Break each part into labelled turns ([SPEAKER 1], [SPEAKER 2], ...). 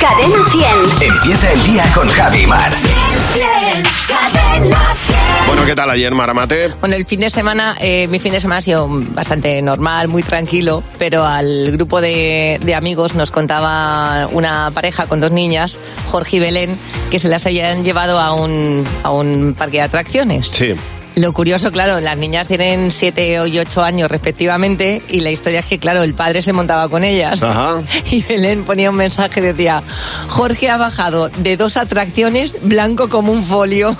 [SPEAKER 1] Cadena 100.
[SPEAKER 2] Empieza el Este día con Javi Mar.
[SPEAKER 1] Cadena 100.
[SPEAKER 3] Bueno, ¿qué tal ayer, Maramate?
[SPEAKER 4] Bueno, el fin de semana, eh, mi fin de semana ha sido bastante normal, muy tranquilo, pero al grupo de, de amigos nos contaba una pareja con dos niñas, Jorge y Belén, que se las habían llevado a un, a un parque de atracciones.
[SPEAKER 3] Sí.
[SPEAKER 4] Lo curioso, claro, las niñas tienen 7 y 8 años respectivamente y la historia es que, claro, el padre se montaba con ellas.
[SPEAKER 3] Ajá.
[SPEAKER 4] Y Belén ponía un mensaje, decía, Jorge ha bajado de dos atracciones blanco como un folio.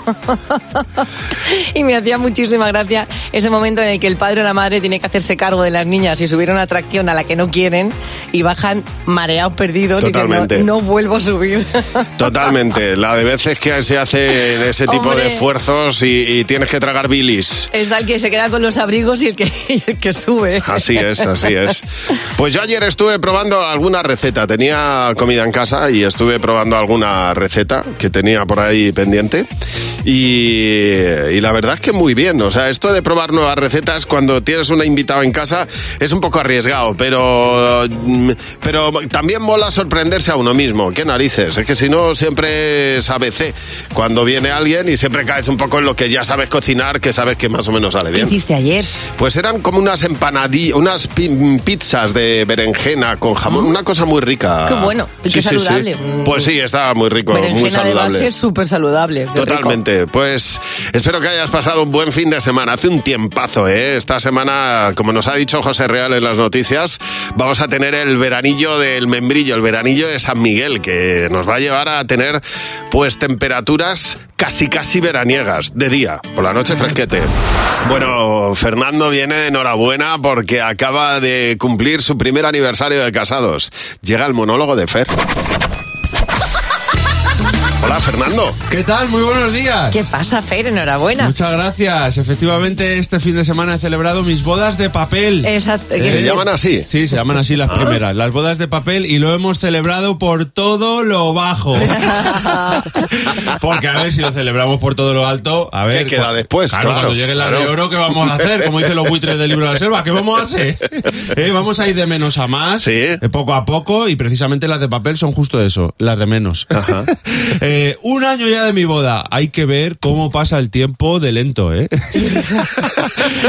[SPEAKER 4] y me hacía muchísima gracia ese momento en el que el padre o la madre tiene que hacerse cargo de las niñas y subir a una atracción a la que no quieren y bajan mareados perdidos
[SPEAKER 3] Totalmente.
[SPEAKER 4] diciendo, no vuelvo a subir.
[SPEAKER 3] Totalmente. La de veces que se hace ese tipo
[SPEAKER 4] Hombre.
[SPEAKER 3] de esfuerzos y, y tienes que tragar bilis.
[SPEAKER 4] es tal que se queda con los abrigos y el que, y el que sube.
[SPEAKER 3] Así es, así es. Pues yo ayer estuve probando alguna receta. Tenía comida en casa y estuve probando alguna receta que tenía por ahí pendiente. Y, y la verdad es que muy bien. O sea, esto de probar nuevas recetas cuando tienes una invitada en casa es un poco arriesgado, pero, mm, pero también mola sorprenderse a uno mismo. ¿Qué narices? Es que si no, siempre es ABC. Cuando viene alguien y siempre caes un poco en lo que ya sabes cocinar, que sabes que más o menos sale
[SPEAKER 4] ¿Qué
[SPEAKER 3] bien.
[SPEAKER 4] hiciste ayer?
[SPEAKER 3] Pues eran como unas empanadillas, unas pi- pizzas de berenjena con jamón, una cosa muy rica.
[SPEAKER 4] Ah. Qué bueno, y qué saludable. Mm.
[SPEAKER 3] Pues sí, estaba muy rico, muy
[SPEAKER 4] Berenjena de
[SPEAKER 3] saludable.
[SPEAKER 4] base es súper saludable. qué rico.
[SPEAKER 3] Totalmente. Pues espero que hayas pasado un buen fin de semana. Hace un tiempazo, ¿eh? Esta semana, como nos ha dicho José Real en las noticias, vamos a tener el veranillo del membrillo, el veranillo de San Miguel, que nos va a llevar a tener, pues, temperaturas casi casi veraniegas, de día, por la noche fresquete. Bueno, Fernando viene de enhorabuena porque acaba de cumplir su primer aniversario de casados. Llega el monólogo de Fer. Hola, Fernando.
[SPEAKER 5] ¿Qué tal? Muy buenos días.
[SPEAKER 4] ¿Qué pasa, Fer? Enhorabuena.
[SPEAKER 5] Muchas gracias. Efectivamente, este fin de semana he celebrado mis bodas de papel.
[SPEAKER 4] Exacto.
[SPEAKER 5] Eh,
[SPEAKER 3] ¿Se
[SPEAKER 4] Que-
[SPEAKER 3] llaman así? Ah.
[SPEAKER 5] Sí, se llaman así las primeras, las bodas de papel, y lo hemos celebrado por todo lo bajo. Porque a ver si lo celebramos por todo lo alto, a ver.
[SPEAKER 3] ¿Qué queda
[SPEAKER 5] cu-
[SPEAKER 3] después?
[SPEAKER 5] Claro,
[SPEAKER 3] Claro,
[SPEAKER 5] cuando llegue la de
[SPEAKER 3] claro.
[SPEAKER 5] oro, ¿qué vamos a hacer? Como dicen los buitres del libro de la selva, ¿qué vamos a hacer? Eh, vamos a ir de menos a más,
[SPEAKER 3] Sí.
[SPEAKER 5] eh, poco a poco, y precisamente las de papel son justo eso, las de menos. Eh, un año ya de mi boda, hay que ver cómo pasa el tiempo de lento, ¿eh?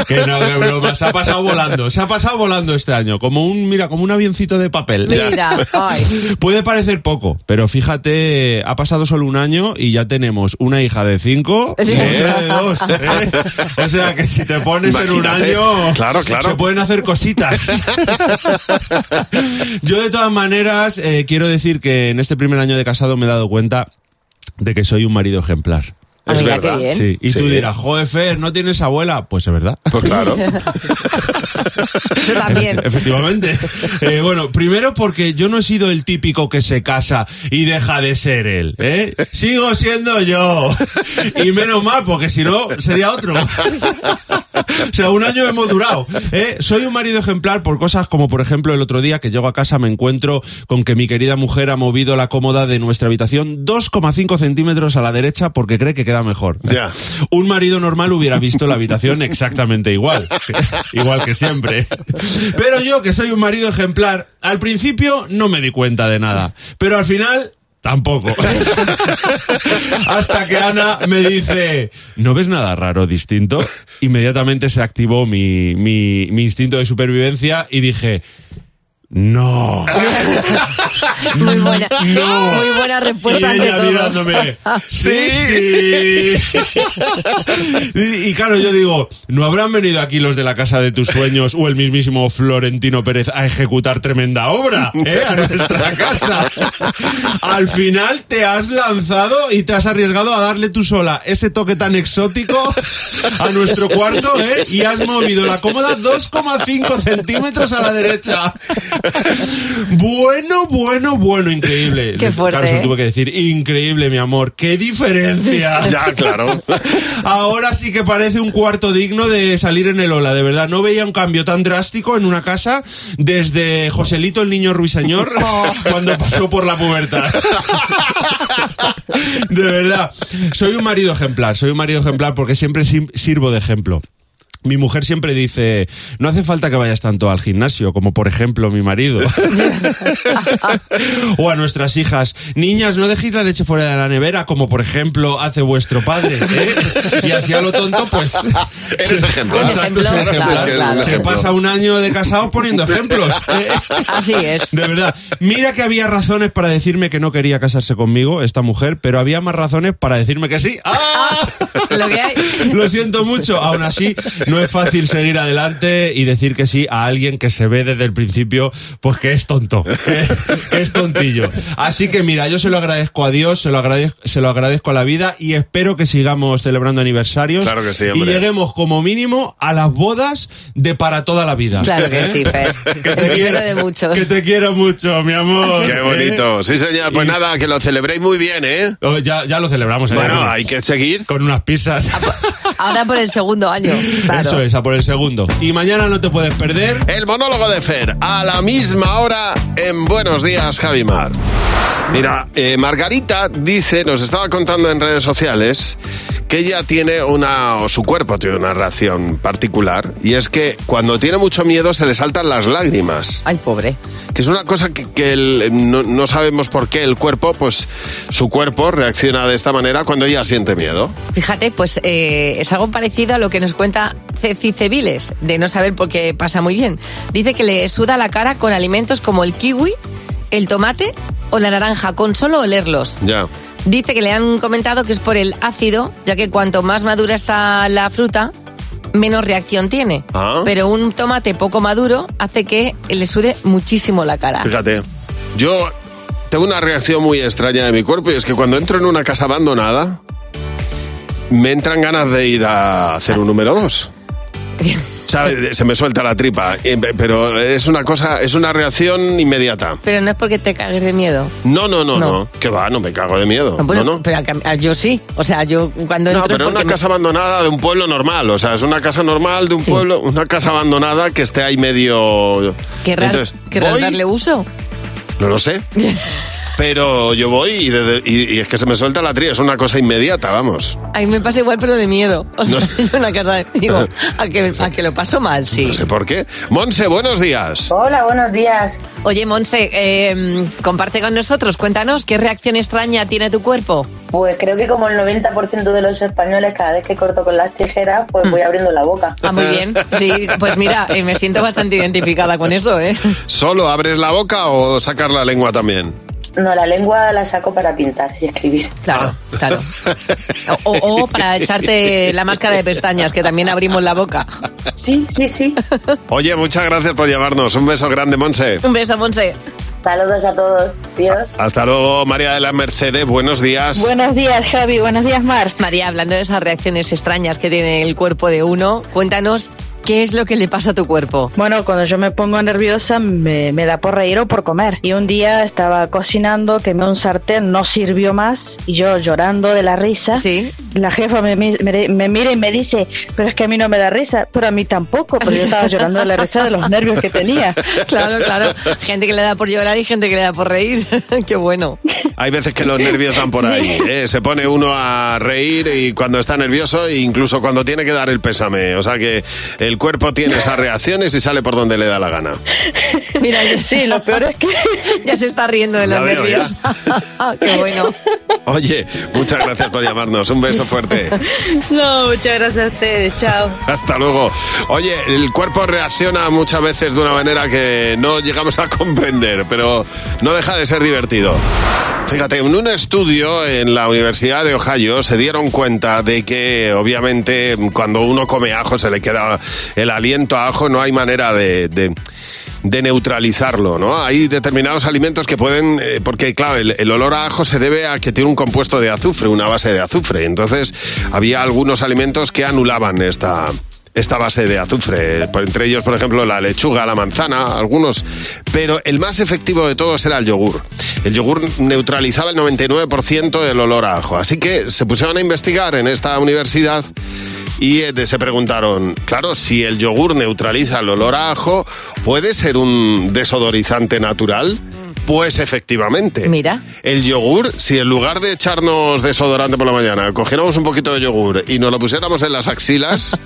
[SPEAKER 5] que no, que broma, se ha pasado volando, se ha pasado volando este año, como un, mira, como un avioncito de papel.
[SPEAKER 4] Mira, ay.
[SPEAKER 5] Puede parecer poco, pero fíjate, ha pasado solo un año y ya tenemos una hija de cinco y
[SPEAKER 4] Sí.
[SPEAKER 5] otra de dos. ¿eh? O sea que si te pones en un
[SPEAKER 3] Imagínate.
[SPEAKER 5] año,
[SPEAKER 3] Claro, claro.
[SPEAKER 5] se pueden hacer cositas. Yo de todas maneras eh, quiero decir que en este primer año de casado me he dado cuenta de que soy un marido ejemplar.
[SPEAKER 4] Ah,
[SPEAKER 3] Es
[SPEAKER 4] mira,
[SPEAKER 3] verdad.
[SPEAKER 4] qué bien.
[SPEAKER 5] Sí, y tú
[SPEAKER 3] Sí.
[SPEAKER 5] dirás, joder, Fer, ¿no tienes abuela? Pues es verdad.
[SPEAKER 3] Pues claro.
[SPEAKER 4] Yo también.
[SPEAKER 5] Efectivamente. Eh, bueno, primero porque yo no he sido el típico que se casa y deja de ser él. ¿eh? Sigo siendo yo. Y menos mal, porque si no, sería otro. O sea, un año hemos durado. ¿eh? Soy un marido ejemplar por cosas como, por ejemplo, el otro día que llego a casa me encuentro con que mi querida mujer ha movido la cómoda de nuestra habitación 2,5 centímetros a la derecha porque cree que queda mejor.
[SPEAKER 3] Ya.
[SPEAKER 5] Un marido normal hubiera visto la habitación exactamente igual. igual que siempre. Pero yo, que soy un marido ejemplar, al principio no me di cuenta de nada. Pero al final... Tampoco. Hasta que Ana me dice, ¿no ves nada raro, distinto? Inmediatamente se activó mi, mi, mi instinto de supervivencia y dije, no.
[SPEAKER 4] Muy buena.
[SPEAKER 5] No.
[SPEAKER 4] Muy buena
[SPEAKER 5] Y
[SPEAKER 4] respuesta ante
[SPEAKER 5] ella
[SPEAKER 4] todo.
[SPEAKER 5] mirándome. Sí, sí. y, y claro, yo digo, ¿no habrán venido aquí los de la casa de tus sueños o el mismísimo Florentino Pérez a ejecutar tremenda obra eh, a nuestra casa? Al final te has lanzado y te has arriesgado a darle tú sola ese toque tan exótico a nuestro cuarto ¿eh? y has movido la cómoda 2,5 centímetros a la derecha. Bueno, bueno, bueno, increíble.
[SPEAKER 4] Qué fuerte,
[SPEAKER 5] Claro, se lo
[SPEAKER 4] ¿eh?
[SPEAKER 5] tuve que decir, increíble, mi amor, qué diferencia.
[SPEAKER 3] Ya, claro.
[SPEAKER 5] Ahora sí que parece un cuarto digno de salir en el Ola, de verdad. No veía un cambio tan drástico en una casa desde Joselito el niño ruiseñor
[SPEAKER 4] Oh.
[SPEAKER 5] cuando pasó por la pubertad. De verdad, soy un marido ejemplar, soy un marido ejemplar porque siempre sim- sirvo de ejemplo. Mi mujer siempre dice, no hace falta que vayas tanto al gimnasio, como por ejemplo mi marido. o a nuestras hijas, niñas, no dejéis la leche fuera de la nevera, como por ejemplo hace vuestro padre. ¿eh?". Y así a lo tonto, pues...
[SPEAKER 3] Eres ejemplo.
[SPEAKER 5] Exacto,
[SPEAKER 4] ejemplo,
[SPEAKER 5] soy
[SPEAKER 4] claro,
[SPEAKER 5] ejemplar.
[SPEAKER 4] claro.
[SPEAKER 5] Se pasa un año de casado poniendo ejemplos.
[SPEAKER 4] Así es.
[SPEAKER 5] De verdad. Mira que había razones para decirme que no quería casarse conmigo, esta mujer, pero había más razones para decirme que sí. ¡Ah!
[SPEAKER 4] Lo que hay.
[SPEAKER 5] Lo siento mucho. Aún así, no es fácil seguir adelante y decir que sí a alguien que se ve desde el principio, pues que es tonto. Que es tontillo. Así que mira, yo se lo agradezco a Dios, se lo agradezco, se lo agradezco a la vida y espero que sigamos celebrando aniversarios.
[SPEAKER 3] Claro que sí,
[SPEAKER 5] y
[SPEAKER 3] hombre.
[SPEAKER 5] lleguemos como mínimo a las bodas de para toda la vida.
[SPEAKER 4] Claro que
[SPEAKER 5] ¿Eh?
[SPEAKER 4] sí, Fer. El primero de muchos.
[SPEAKER 5] Que te quiero mucho, mi amor.
[SPEAKER 3] Qué bonito. Sí, señor. Pues
[SPEAKER 5] Y-
[SPEAKER 3] nada, que lo celebréis muy bien, ¿eh?
[SPEAKER 5] Oh, Ya, ya lo celebramos. ¿eh?
[SPEAKER 3] Bueno, hay que seguir.
[SPEAKER 5] Con unas pizzas.
[SPEAKER 4] Ahora por el segundo año. Claro.
[SPEAKER 5] Eso es, a por el segundo. Y mañana no te puedes perder.
[SPEAKER 3] El monólogo de Fer, a la misma hora en Buenos Días, Javimar. Mira, eh, Margarita dice, nos estaba contando en redes sociales, que ella tiene una, o su cuerpo tiene una reacción particular, y es que cuando tiene mucho miedo se le saltan las lágrimas.
[SPEAKER 4] Ay, pobre.
[SPEAKER 3] que es una cosa que, que el- no, no sabemos por qué el cuerpo, pues su cuerpo reacciona de esta manera cuando ella siente miedo.
[SPEAKER 4] Fíjate, pues eh, es algo parecido a lo que nos cuenta Ceci Ceviles, de no saber por qué pasa muy bien. Dice que le suda la cara con alimentos como el kiwi, el tomate o la naranja, con solo olerlos.
[SPEAKER 3] Ya.
[SPEAKER 4] Dice que le han comentado que es por el ácido, ya que cuanto más madura está la fruta, menos reacción tiene.
[SPEAKER 3] Ah.
[SPEAKER 4] Pero un tomate poco maduro hace que le sude muchísimo la cara.
[SPEAKER 3] Fíjate, yo tengo una reacción muy extraña de mi cuerpo y es que cuando entro en una casa abandonada, me entran ganas de ir a hacer un número dos. ¿Sabes? Se me suelta la tripa, eh, pero es una cosa, es una reacción inmediata.
[SPEAKER 4] Pero no es porque te cagues de miedo.
[SPEAKER 3] No, no, no,
[SPEAKER 4] No.
[SPEAKER 3] no. Que va, no me cago de miedo.
[SPEAKER 4] Bueno,
[SPEAKER 3] no, no.
[SPEAKER 4] pero a cam- a- yo sí. O sea, yo cuando
[SPEAKER 3] No,
[SPEAKER 4] entro
[SPEAKER 3] pero
[SPEAKER 4] es
[SPEAKER 3] una
[SPEAKER 4] porque me-
[SPEAKER 3] casa abandonada de un pueblo normal, o sea, es una casa normal de un
[SPEAKER 4] Sí.
[SPEAKER 3] pueblo, una casa abandonada que esté ahí medio...
[SPEAKER 4] ¿Querrás-
[SPEAKER 3] Entonces,
[SPEAKER 4] querrás
[SPEAKER 3] voy,
[SPEAKER 4] darle uso?
[SPEAKER 3] No lo sé. Pero yo voy y, desde- y- y es que se me suelta la tría, es una cosa inmediata, vamos.
[SPEAKER 4] A mí me pasa igual, pero de miedo. O sea,
[SPEAKER 3] No sé.
[SPEAKER 4] yo en la casa digo, a que, a que lo paso mal, sí.
[SPEAKER 3] No sé por qué. Monse, buenos días.
[SPEAKER 1] Hola, buenos días.
[SPEAKER 4] Oye, Monse, eh, comparte con nosotros, cuéntanos, ¿qué reacción extraña tiene tu cuerpo?
[SPEAKER 1] Pues creo que como el 90% de los españoles cada vez que corto con las tijeras, pues voy abriendo la boca.
[SPEAKER 4] Mm. Ah, muy bien. Sí, pues mira, eh, me siento bastante identificada con eso, ¿eh?
[SPEAKER 3] ¿Solo abres la boca o sacas la lengua también?
[SPEAKER 1] No, la lengua la saco para pintar y escribir.
[SPEAKER 4] Claro, claro. O, o para echarte la máscara de pestañas, que también abrimos la boca.
[SPEAKER 1] Sí, sí, sí.
[SPEAKER 3] Oye, muchas gracias por llamarnos. Un beso grande, Monse.
[SPEAKER 4] Un beso, Monse.
[SPEAKER 1] Saludos a todos. Dios.
[SPEAKER 3] Hasta luego, María de la Mercedes. Buenos días.
[SPEAKER 6] Buenos días, Javi. Buenos días, Mar.
[SPEAKER 4] María, hablando de esas reacciones extrañas que tiene el cuerpo de uno, cuéntanos qué es lo que le pasa a tu cuerpo.
[SPEAKER 6] Bueno, cuando yo me pongo nerviosa me, me da por reír o por comer. Y un día estaba cocinando, quemé un sartén, no sirvió más. Y yo llorando de la risa.
[SPEAKER 4] Sí.
[SPEAKER 6] La jefa me, mi- me- me mira y me dice, pero es que a mí no me da risa. Pero a mí tampoco, porque yo estaba llorando de la risa de los nervios que tenía.
[SPEAKER 4] Claro, claro. Gente que le da por llorar y gente que le da por reír. Qué bueno.
[SPEAKER 3] Hay veces que los nervios van por ahí. ¿eh? Se pone uno a reír y cuando está nervioso, e incluso cuando tiene que dar el pésame. O sea que el cuerpo tiene esas reacciones y sale por donde le da la gana.
[SPEAKER 4] Mira,
[SPEAKER 6] Sí, lo peor es que...
[SPEAKER 4] ya se está riendo de
[SPEAKER 3] Ya
[SPEAKER 4] los
[SPEAKER 3] veo, ya.
[SPEAKER 4] nervios. Qué bueno.
[SPEAKER 3] Oye, muchas gracias por llamarnos. Un beso fuerte.
[SPEAKER 6] No, muchas gracias a ustedes. Chao.
[SPEAKER 3] Hasta luego. Oye, el cuerpo reacciona muchas veces de una manera que no llegamos a comprender, pero no deja de ser divertido. Fíjate, en un estudio en la Universidad de Ohio se dieron cuenta de que obviamente cuando uno come ajo se le queda el aliento a ajo, no hay manera de... de- de neutralizarlo, ¿no? Hay determinados alimentos que pueden, eh, porque claro, el, el olor a ajo se debe a que tiene un compuesto de azufre, una base de azufre. Entonces, había algunos alimentos que anulaban esta esta base de azufre, por- entre ellos, por ejemplo, la lechuga, la manzana, algunos, pero el más efectivo de todos era el yogur. El yogur neutralizaba el 99% del olor a ajo, así que se pusieron a investigar en esta universidad y eh, de- se preguntaron, claro, si el yogur neutraliza el olor a ajo, ¿puede ser un desodorizante natural? Pues efectivamente.
[SPEAKER 4] Mira.
[SPEAKER 3] El yogur, si en lugar de echarnos desodorante por la mañana, cogiéramos un poquito de yogur y nos lo pusiéramos en las axilas,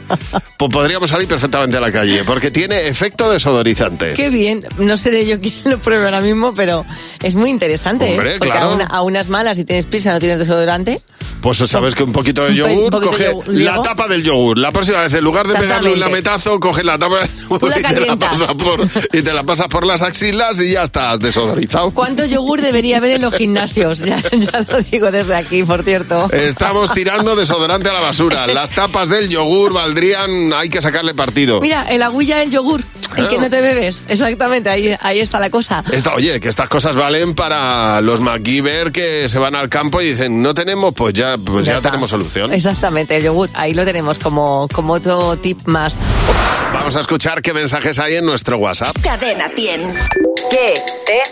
[SPEAKER 3] pues podríamos salir perfectamente a la calle, porque tiene efecto desodorizante.
[SPEAKER 4] Qué bien, no seré yo quien lo pruebe ahora mismo, pero es muy interesante. ¿eh?
[SPEAKER 3] Hombre,
[SPEAKER 4] Porque
[SPEAKER 3] claro.
[SPEAKER 4] a, una- a unas malas, si tienes prisa, no tienes desodorante.
[SPEAKER 3] Pues sabes que un poquito de
[SPEAKER 4] Un pe-
[SPEAKER 3] yogur,
[SPEAKER 4] poquito
[SPEAKER 3] coge
[SPEAKER 4] de yogur,
[SPEAKER 3] la
[SPEAKER 4] luego-
[SPEAKER 3] tapa del yogur. La próxima vez, en lugar de pegarle un
[SPEAKER 4] Exactamente.
[SPEAKER 3] lametazo, coge la tapa del yogur
[SPEAKER 4] la
[SPEAKER 3] y, te la
[SPEAKER 4] calientas.
[SPEAKER 3] pasas por, y te la pasas por las axilas y ya estás desodorizado.
[SPEAKER 4] ¿Cuánto yogur debería haber en los gimnasios? Ya, ya lo digo desde aquí, por cierto.
[SPEAKER 3] Estamos tirando desodorante a la basura. Las tapas del yogur valdrían, hay que sacarle partido.
[SPEAKER 4] Mira, el agüilla el yogur, el que no te bebes. Exactamente, ahí, ahí está la cosa.
[SPEAKER 3] Esta- oye, que estas cosas valen para los MacGyver que se van al campo y dicen, no tenemos, pues ya, pues ya,
[SPEAKER 4] está.
[SPEAKER 3] tenemos solución.
[SPEAKER 4] Exactamente, el yogur, ahí lo tenemos como, como otro tip más.
[SPEAKER 3] Vamos a escuchar qué mensajes hay en nuestro WhatsApp.
[SPEAKER 7] Cadena 100.
[SPEAKER 8] ¿Qué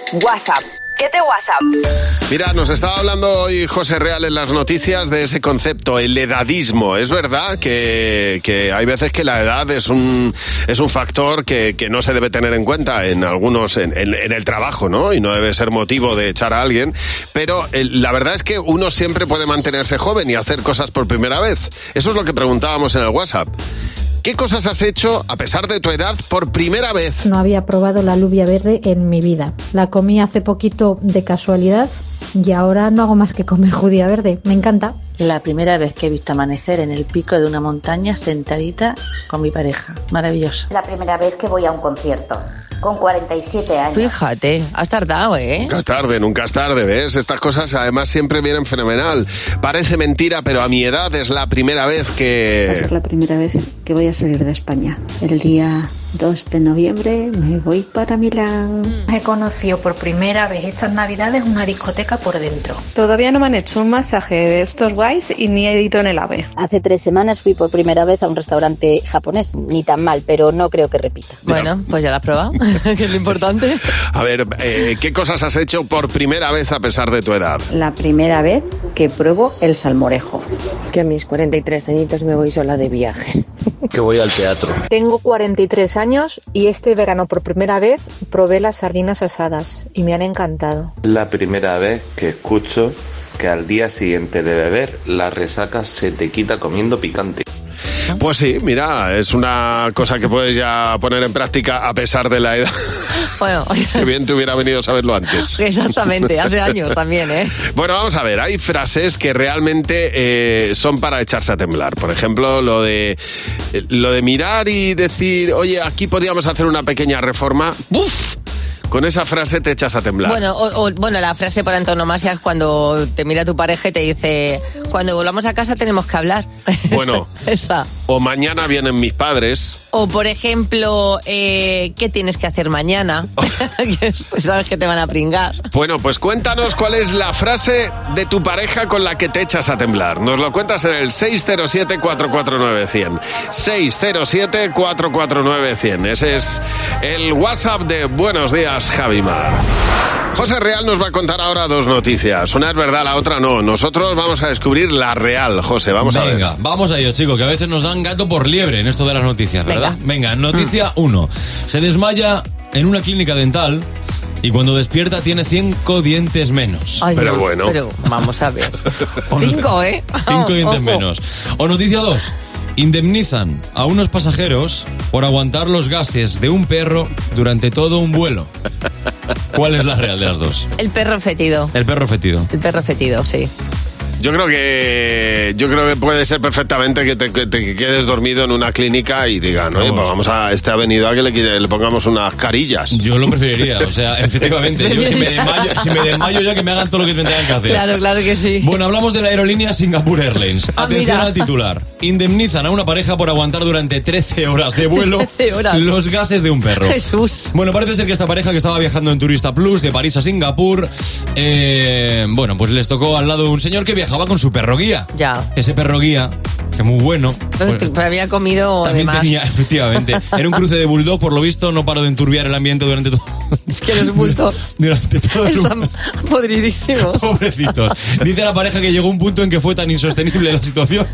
[SPEAKER 8] te WhatsApp? ¿Qué te WhatsApp?
[SPEAKER 3] Mira, nos estaba hablando hoy José Real en las noticias de ese concepto, el edadismo. Es verdad que, que hay veces que la edad es un, es un factor que, que no se debe tener en cuenta en algunos, en, en- en el trabajo, ¿no? Y no debe ser motivo de echar a alguien. Pero eh, la verdad es que uno siempre puede mantenerse joven y hacer cosas por primera vez. Eso es lo que preguntábamos en el WhatsApp. ¿Qué cosas has hecho a pesar de tu edad por primera vez?
[SPEAKER 9] No había probado la alubia verde en mi vida. La comí hace poquito de casualidad y ahora no hago más que comer judía verde. Me encanta.
[SPEAKER 6] La primera vez que he visto amanecer en el pico de una montaña sentadita con mi pareja. Maravilloso.
[SPEAKER 10] La primera vez que voy a un concierto, con 47 años.
[SPEAKER 4] Fíjate, has tardado, ¿eh?
[SPEAKER 3] Nunca es tarde, nunca es tarde, ¿ves? Estas cosas además siempre vienen fenomenal. Parece mentira, pero a mi edad es la primera vez
[SPEAKER 11] Va a ser
[SPEAKER 3] que...
[SPEAKER 11] la primera vez que voy a salir de España. El día 2 de noviembre me voy para Milán.
[SPEAKER 12] He conocido por primera vez estas navidades una discoteca por dentro.
[SPEAKER 13] Todavía no me han hecho un masaje de estos guays y ni he ido en el AVE. Hace tres semanas fui por primera vez a un restaurante japonés. Ni tan mal, pero no creo que repita.
[SPEAKER 4] Bueno, pues ya lo has probado, que es lo importante.
[SPEAKER 3] A ver, eh, ¿qué cosas has hecho por primera vez a pesar de tu edad?
[SPEAKER 14] La primera vez que pruebo el salmorejo. Que a mis 43 añitos me voy sola de viaje.
[SPEAKER 15] Que voy al teatro.
[SPEAKER 16] Tengo 43 años y este verano por primera vez probé las sardinas asadas y me han encantado.
[SPEAKER 17] La primera vez que escucho que al día siguiente de beber la resaca se te quita comiendo picante.
[SPEAKER 3] Pues sí, mira, es una cosa que puedes ya poner en práctica a pesar de la edad.
[SPEAKER 4] Bueno,
[SPEAKER 3] Qué bien te hubiera venido a saberlo antes.
[SPEAKER 4] exactamente, hace años también, ¿eh?
[SPEAKER 3] Bueno, vamos a ver, hay frases que realmente eh, son para echarse a temblar. Por ejemplo, lo de, eh, lo de mirar y decir, oye, aquí podríamos hacer una pequeña reforma. ¡Buf! Con esa frase te echas a temblar.
[SPEAKER 4] Bueno, o- o- bueno, la frase por antonomasia es cuando te mira tu pareja y te dice, cuando volvamos a casa tenemos que hablar.
[SPEAKER 3] Bueno,
[SPEAKER 4] Esa.
[SPEAKER 3] o mañana vienen mis padres.
[SPEAKER 4] O por ejemplo, eh, ¿qué tienes que hacer mañana? Que Sabes que te van a pringar.
[SPEAKER 3] Bueno, pues cuéntanos cuál es la frase de tu pareja con la que te echas a temblar. Nos lo cuentas en el 607-449-100. 607-449-100. Ese es el WhatsApp de Buenos Días, Javimar. José Real nos va a contar ahora dos noticias. Una es verdad, la otra no. Nosotros vamos a descubrir la real, José. Vamos a ver.
[SPEAKER 18] Venga, vamos a ello, chicos, que a veces nos dan gato por liebre en esto de las noticias, ¿verdad? Venga,
[SPEAKER 4] Mm.
[SPEAKER 18] noticia 1. Se desmaya en una clínica dental y cuando despierta tiene 5 dientes menos.
[SPEAKER 4] Ay, Pero no, bueno. pero vamos a ver. Cinco, ¿eh?
[SPEAKER 18] 5 dientes
[SPEAKER 4] Ojo.
[SPEAKER 18] menos. O noticia 2. Indemnizan a unos pasajeros por aguantar los gases de un perro durante todo un vuelo. ¿Cuál es la real de las dos?
[SPEAKER 4] El perro fetido.
[SPEAKER 18] El perro fetido.
[SPEAKER 4] El perro fetido, sí.
[SPEAKER 3] Yo creo que yo creo que puede ser perfectamente que te, que te quedes dormido en una clínica y digan, oye,
[SPEAKER 18] Vamos.
[SPEAKER 3] pues vamos a este avenido a que le, quite- le pongamos unas carillas.
[SPEAKER 18] Yo lo preferiría, o sea, efectivamente. Yo si me desmayo, si me desmayo ya que me hagan todo lo que me tengan que hacer.
[SPEAKER 4] Claro, claro que sí.
[SPEAKER 18] Bueno, hablamos de la aerolínea Singapore Airlines.
[SPEAKER 4] Ah,
[SPEAKER 18] Atención
[SPEAKER 4] mira.
[SPEAKER 18] al titular. Indemnizan a una pareja por aguantar durante 13 horas de vuelo
[SPEAKER 4] 13 horas.
[SPEAKER 18] los gases de un perro.
[SPEAKER 4] Jesús.
[SPEAKER 18] Bueno, parece ser que esta pareja que estaba viajando en Turista Plus de París a Singapur, eh, bueno, pues les tocó al lado un señor que viajaba con su perro guía.
[SPEAKER 4] Ya.
[SPEAKER 18] Ese perro guía, que muy bueno. pues,
[SPEAKER 4] Pero había comido
[SPEAKER 18] también
[SPEAKER 4] además.
[SPEAKER 18] tenía, efectivamente. Era un cruce de bulldog, por lo visto, no paro de enturbiar el ambiente durante todo.
[SPEAKER 4] Es que los bultos
[SPEAKER 18] Durante todo el
[SPEAKER 4] están podridísimos.
[SPEAKER 18] Pobrecitos. Dice la pareja que llegó un punto en que fue tan insostenible la situación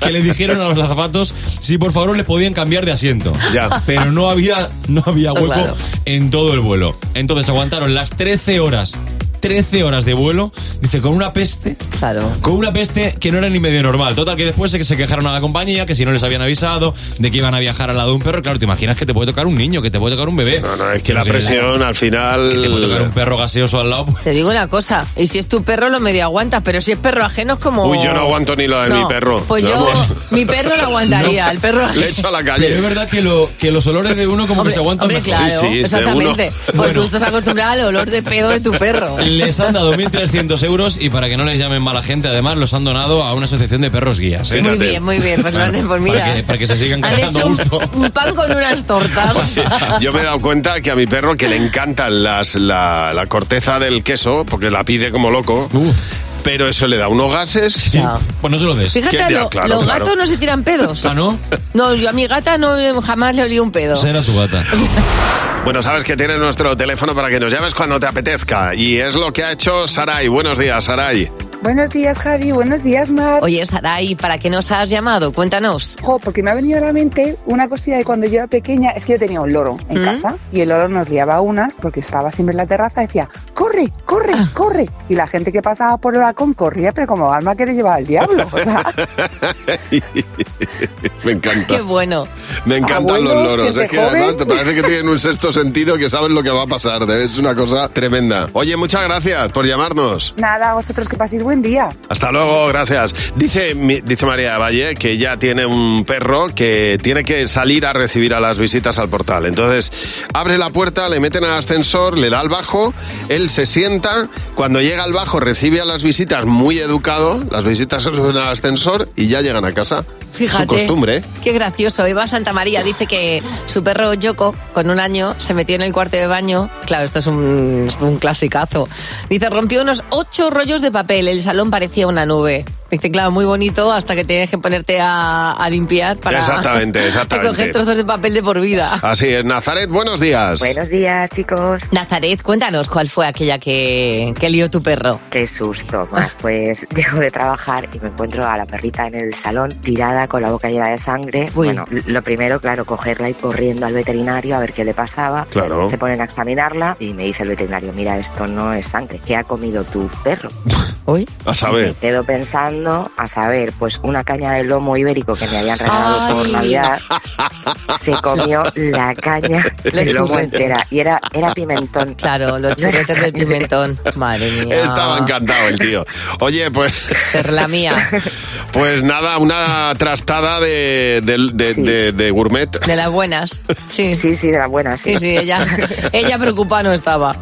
[SPEAKER 18] que le dijeron a los azafatos si por favor les podían cambiar de asiento.
[SPEAKER 3] Ya.
[SPEAKER 18] Pero no había, no había hueco
[SPEAKER 3] Claro.
[SPEAKER 18] en todo el vuelo. Entonces aguantaron las 13 horas. 13 horas de vuelo, dice, con una peste.
[SPEAKER 4] Claro.
[SPEAKER 18] Con una peste que no era ni medio normal. Total, que después se, se quejaron a la compañía, que si no les habían avisado, de que iban a viajar al lado de un perro. Claro, te imaginas que te puede tocar un niño, que te puede tocar un bebé. No, no,
[SPEAKER 3] es que la presión al final.
[SPEAKER 18] Que te puede tocar un perro gaseoso al lado. pues,
[SPEAKER 4] Te digo una cosa, y si es tu perro lo medio aguantas, pero si es perro ajeno es como...
[SPEAKER 3] Uy, yo no aguanto ni lo de mi
[SPEAKER 4] No,
[SPEAKER 3] perro.
[SPEAKER 4] Pues yo,
[SPEAKER 3] Vamos.
[SPEAKER 4] mi perro lo aguantaría,
[SPEAKER 3] No.
[SPEAKER 4] el perro
[SPEAKER 3] Le echo a la calle.
[SPEAKER 18] Pero es verdad que, lo, que los olores de uno como que se aguantan
[SPEAKER 4] Hombre,
[SPEAKER 18] mejor.
[SPEAKER 4] claro, exactamente. Porque tú estás acostumbrado al olor de pedo de tu perro.
[SPEAKER 18] Les han dado 1.300 euros y para que no les llamen mala gente, además los han donado a una asociación de perros guías. ¿eh?
[SPEAKER 4] Muy bien, muy bien, pues, lo han- pues
[SPEAKER 18] Para
[SPEAKER 4] mira,
[SPEAKER 18] que, para que se sigan
[SPEAKER 4] han
[SPEAKER 18] casando
[SPEAKER 4] hecho un, un pan con unas tortas.
[SPEAKER 3] Yo me he dado cuenta que a mi perro que le encantan las, la, la corteza del queso, porque la pide como loco, pero eso le da unos gases.
[SPEAKER 18] Pues no se lo des.
[SPEAKER 4] Fíjate, lo- los gatos no se tiran pedos.
[SPEAKER 3] Ah,
[SPEAKER 18] ¿no?
[SPEAKER 4] No, yo a mi gata no jamás le olí un
[SPEAKER 3] Pues
[SPEAKER 4] pedo.
[SPEAKER 18] Será tu gata.
[SPEAKER 3] Bueno, sabes que tienes nuestro teléfono para que nos llames cuando te apetezca. Y es lo que ha hecho Saray. Buenos días, Saray.
[SPEAKER 7] Buenos días, Javi. Buenos días, Mar.
[SPEAKER 4] Oye, Saray, ¿para qué nos has llamado? Cuéntanos.
[SPEAKER 7] Jo, porque me ha venido a la mente una cosilla de cuando yo era pequeña, es que yo tenía un loro en
[SPEAKER 4] ¿Mm?
[SPEAKER 7] casa y el loro nos liaba unas porque estaba siempre en la terraza y decía, corre, corre,
[SPEAKER 4] Ah.
[SPEAKER 7] corre. Y la gente que pasaba por el balcón corría, pero como alma que le llevaba al diablo. O sea,
[SPEAKER 3] Me encanta.
[SPEAKER 4] Qué bueno.
[SPEAKER 3] Ah. Me encantan
[SPEAKER 7] Abuelos,
[SPEAKER 3] los loros.
[SPEAKER 7] desde
[SPEAKER 3] Es que
[SPEAKER 7] joven.
[SPEAKER 3] además te parece que tienen un sexto sentido que saben lo que va a pasar. Es una cosa tremenda. Oye, muchas gracias por llamarnos.
[SPEAKER 7] nada, vosotros que paséis buen día.
[SPEAKER 3] Hasta luego, gracias. Dice, mi- dice María Valle que ya tiene un perro que tiene que salir a recibir a las visitas al portal. Entonces, abre la puerta, le meten al ascensor, le da al bajo, él se sienta, cuando llega al bajo recibe a las visitas muy educado, las visitas se suben al ascensor y ya llegan a casa.
[SPEAKER 4] Fíjate.
[SPEAKER 3] Su costumbre, ¿eh?
[SPEAKER 4] Qué gracioso. Eva Santa María dice que su perro Yoko, con un año, se metió en el cuarto de baño. Claro, esto es un, esto es un clasicazo. Dice, rompió unos ocho rollos de papel. El salón parecía una nube. Dice, claro, muy bonito hasta que tienes que ponerte a, a limpiar para
[SPEAKER 3] Exactamente,
[SPEAKER 4] a coger
[SPEAKER 3] exactamente.
[SPEAKER 4] trozos de papel de por vida.
[SPEAKER 3] Así es, Nazaret, buenos días.
[SPEAKER 4] días, chicos. Nazaret, cuéntanos cuál fue aquella que, que lió tu perro.
[SPEAKER 15] Qué susto, Mar. Pues llego de trabajar y me encuentro a la perrita en el salón tirada con la boca llena de sangre.
[SPEAKER 4] Uy.
[SPEAKER 15] Bueno, lo primero, claro, cogerla y corriendo al veterinario a ver qué le pasaba.
[SPEAKER 3] Claro.
[SPEAKER 15] Se ponen a examinarla y me dice el veterinario, mira, esto no es sangre. ¿Qué ha comido tu perro?
[SPEAKER 4] Hoy.
[SPEAKER 3] A
[SPEAKER 15] Me
[SPEAKER 3] saber.
[SPEAKER 15] quedo pensando, a saber, pues una caña de lomo ibérico que me habían regalado por
[SPEAKER 4] Ay.
[SPEAKER 15] Navidad. Se comió la caña de lomo
[SPEAKER 4] chuleta.
[SPEAKER 15] entera y era, era pimentón.
[SPEAKER 4] Claro, los chuletes del pimentón. Madre mía.
[SPEAKER 3] Estaba encantado el tío. Oye, pues...
[SPEAKER 4] La mía,
[SPEAKER 3] Pues nada, una trastada de, de- de- de- de gourmet.
[SPEAKER 4] de las buenas. Sí,
[SPEAKER 15] sí, sí de las buenas.
[SPEAKER 4] Sí, sí, ella, ella preocupada no estaba.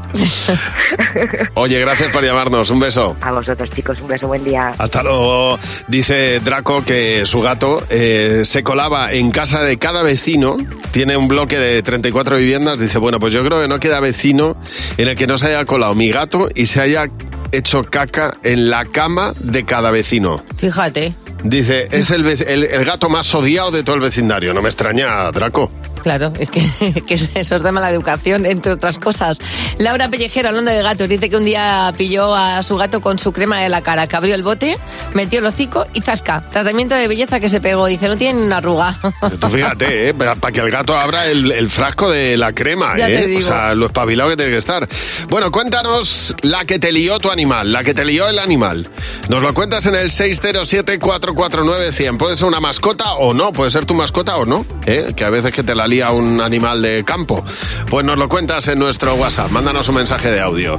[SPEAKER 3] Oye, gracias por llamarnos. Un beso.
[SPEAKER 15] A vosotros, chicos, un beso, buen día.
[SPEAKER 3] Hasta luego. Dice Draco que su gato eh, se colaba en casa de cada vecino. Tiene un bloque de 34 viviendas. Dice, bueno, pues yo creo que no queda vecino en el que no se haya colado mi gato y se haya hecho caca en la cama de cada vecino.
[SPEAKER 4] Fíjate,
[SPEAKER 3] Dice, es el, vec- el- el gato más odiado de todo el vecindario. No me extraña, Draco.
[SPEAKER 4] claro, es que, que eso es de mala educación, entre otras cosas. Laura Pellejero, hablando de gatos, dice que un día pilló a su gato con su crema de la cara, que abrió el bote, metió el hocico y zasca. Tratamiento de belleza que se pegó, dice, no tiene ni una arruga.
[SPEAKER 3] Tú fíjate, ¿eh? para para que el gato abra el, el frasco de la crema,
[SPEAKER 4] Ya
[SPEAKER 3] ¿eh?
[SPEAKER 4] te digo.
[SPEAKER 3] O sea, lo espabilado que tiene que estar. Bueno, cuéntanos la que te lió tu animal, la que te lió el animal. Nos lo cuentas en el 607-449-100. Puede ser una mascota o no, puede ser tu mascota o no, ¿eh? que a veces que te la lía un animal de campo. Pues nos lo cuentas en nuestro WhatsApp, mándanos un mensaje de audio.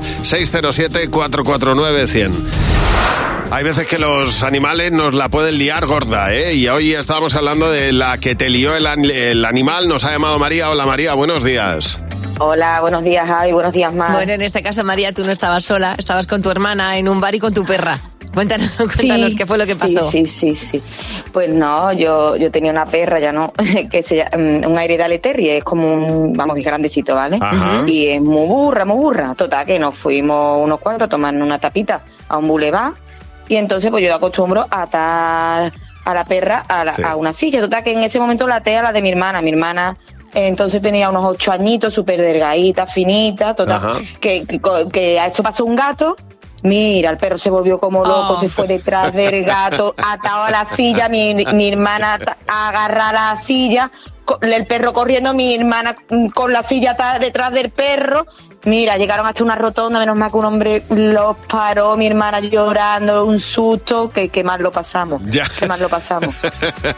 [SPEAKER 3] 607-449-100. Hay veces que los animales nos la pueden liar gorda, ¿eh? Y hoy estábamos hablando de la que te lió el, an- el animal. Nos ha llamado María. Hola María, buenos días.
[SPEAKER 19] Hola, buenos días, Javi, buenos días, Mar.
[SPEAKER 4] Bueno, en este caso, María, tú no estabas sola, estabas con tu hermana en un bar y con tu perra. Cuéntanos, cuéntanos qué fue lo que
[SPEAKER 19] sí,
[SPEAKER 4] pasó.
[SPEAKER 19] Sí, sí, sí. Pues no, yo, yo tenía una perra, ya no, que se llama, mm, un aire de Terrier, es como un, vamos, que es grandecito, ¿vale?
[SPEAKER 20] Ajá.
[SPEAKER 19] Y es muy burra, muy burra. Total, que nos fuimos unos cuantos a tomar una tapita a un bulevar y entonces pues yo acostumbro a atar a la perra a, la-
[SPEAKER 20] Sí.
[SPEAKER 19] a una silla. Total, que en ese momento la até a la de mi hermana. Mi hermana eh, entonces tenía unos ocho añitos, súper delgadita, finita, total,
[SPEAKER 20] Ajá.
[SPEAKER 19] que, que, co- que a esto pasó un gato Mira, el perro se volvió como loco,
[SPEAKER 4] Ah.
[SPEAKER 1] Ah.
[SPEAKER 20] Oh.
[SPEAKER 19] se fue detrás del gato, atado a la silla, mi, mi hermana at- agarra la silla, co- el perro corriendo, mi hermana mm, con la silla atada detrás del perro. Mira, llegaron hasta una rotonda, menos mal que un hombre los paró, mi hermana llorando, un susto, que, que mal lo pasamos.
[SPEAKER 3] Ya.
[SPEAKER 19] Que mal lo pasamos.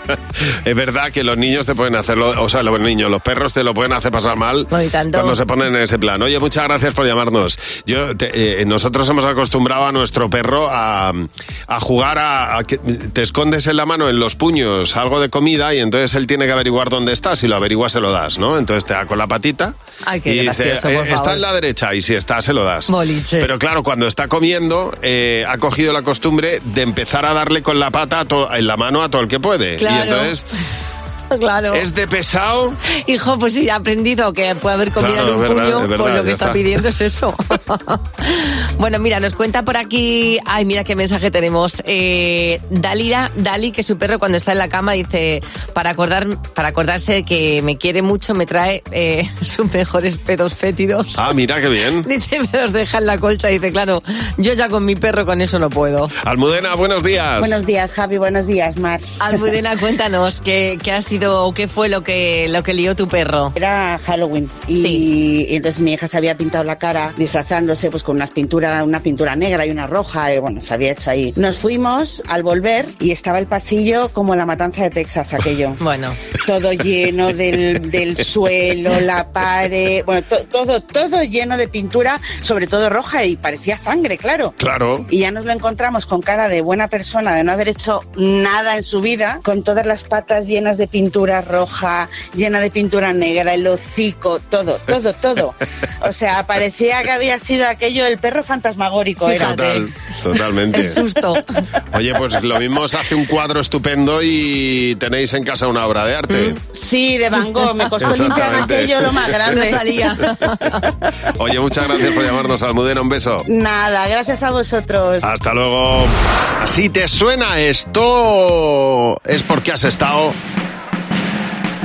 [SPEAKER 3] es verdad que los niños te pueden hacerlo, o sea, los niños, los perros te lo pueden hacer pasar mal
[SPEAKER 4] No, y tanto.
[SPEAKER 3] cuando se ponen en ese plan. Oye, muchas gracias por llamarnos. Yo, te- eh, nosotros hemos acostumbrado a nuestro perro a, a jugar a, a que te escondes en la mano, en los puños, algo de comida y entonces él tiene que averiguar dónde está. Si lo averigua, se lo das, ¿no? Entonces te da con la patita
[SPEAKER 4] Ay, qué
[SPEAKER 3] y dice,
[SPEAKER 4] gracioso, por
[SPEAKER 3] "Eh, está
[SPEAKER 4] favor.
[SPEAKER 3] en la derecha y si está, se lo das.
[SPEAKER 4] Boliche.
[SPEAKER 3] Pero claro, cuando está comiendo, eh, ha cogido la costumbre de empezar a darle con la pata a to- en la mano a todo el que puede. Eh,
[SPEAKER 4] Claro.
[SPEAKER 3] Y entonces
[SPEAKER 4] Claro.
[SPEAKER 3] ¿Es de pesado?
[SPEAKER 4] Hijo, pues sí, ha aprendido que puede haber comida
[SPEAKER 3] Claro,
[SPEAKER 4] en un
[SPEAKER 3] es verdad,
[SPEAKER 4] puño,
[SPEAKER 3] es verdad,
[SPEAKER 4] pues lo
[SPEAKER 3] ya
[SPEAKER 4] que está,
[SPEAKER 3] está.
[SPEAKER 4] pidiendo es eso. bueno, mira, nos cuenta por aquí. Ay, mira qué mensaje tenemos. Eh, Dalila, Dali, que su perro cuando está en la cama dice: para, acordar, para acordarse que me quiere mucho, me trae eh, sus mejores pedos fétidos.
[SPEAKER 3] Ah, mira qué bien.
[SPEAKER 4] Dice, me los deja en la colcha. Dice, claro, yo ya con mi perro con eso no puedo.
[SPEAKER 3] Almudena, buenos días.
[SPEAKER 21] Buenos días, Javi. Buenos días, Mar.
[SPEAKER 4] Almudena, cuéntanos qué, qué ha sido o qué fue lo que, lo que lió tu perro.
[SPEAKER 21] Era Halloween y, y entonces mi hija se había pintado la cara disfrazándose pues con unas pintura, una pintura negra y una roja, y bueno, se había hecho ahí. Nos fuimos al volver y estaba el pasillo como la matanza de Texas aquello.
[SPEAKER 4] Bueno.
[SPEAKER 21] Todo lleno del, del suelo, la pared, bueno, to- todo, todo lleno de pintura, sobre todo roja y parecía sangre, claro.
[SPEAKER 3] Claro.
[SPEAKER 21] Y ya nos lo encontramos con cara de buena persona, de no haber hecho nada en su vida, con todas las patas llenas de pintura roja, llena de pintura negra, el hocico, todo, todo, todo. O sea, parecía que había sido aquello el perro fantasmagórico. Era.
[SPEAKER 3] Total, totalmente.
[SPEAKER 4] susto.
[SPEAKER 3] Oye, pues lo mismo os hace un cuadro estupendo y tenéis en casa una obra de arte.
[SPEAKER 4] Mm.
[SPEAKER 21] Sí, de Van Gogh, me costó limpiar
[SPEAKER 3] Exactamente.
[SPEAKER 21] aquello lo más grande.
[SPEAKER 4] No salía.
[SPEAKER 3] Oye, muchas gracias por llamarnos, Almudena. Un beso.
[SPEAKER 21] Nada, gracias a vosotros.
[SPEAKER 3] Hasta luego. Si te suena esto, es porque has estado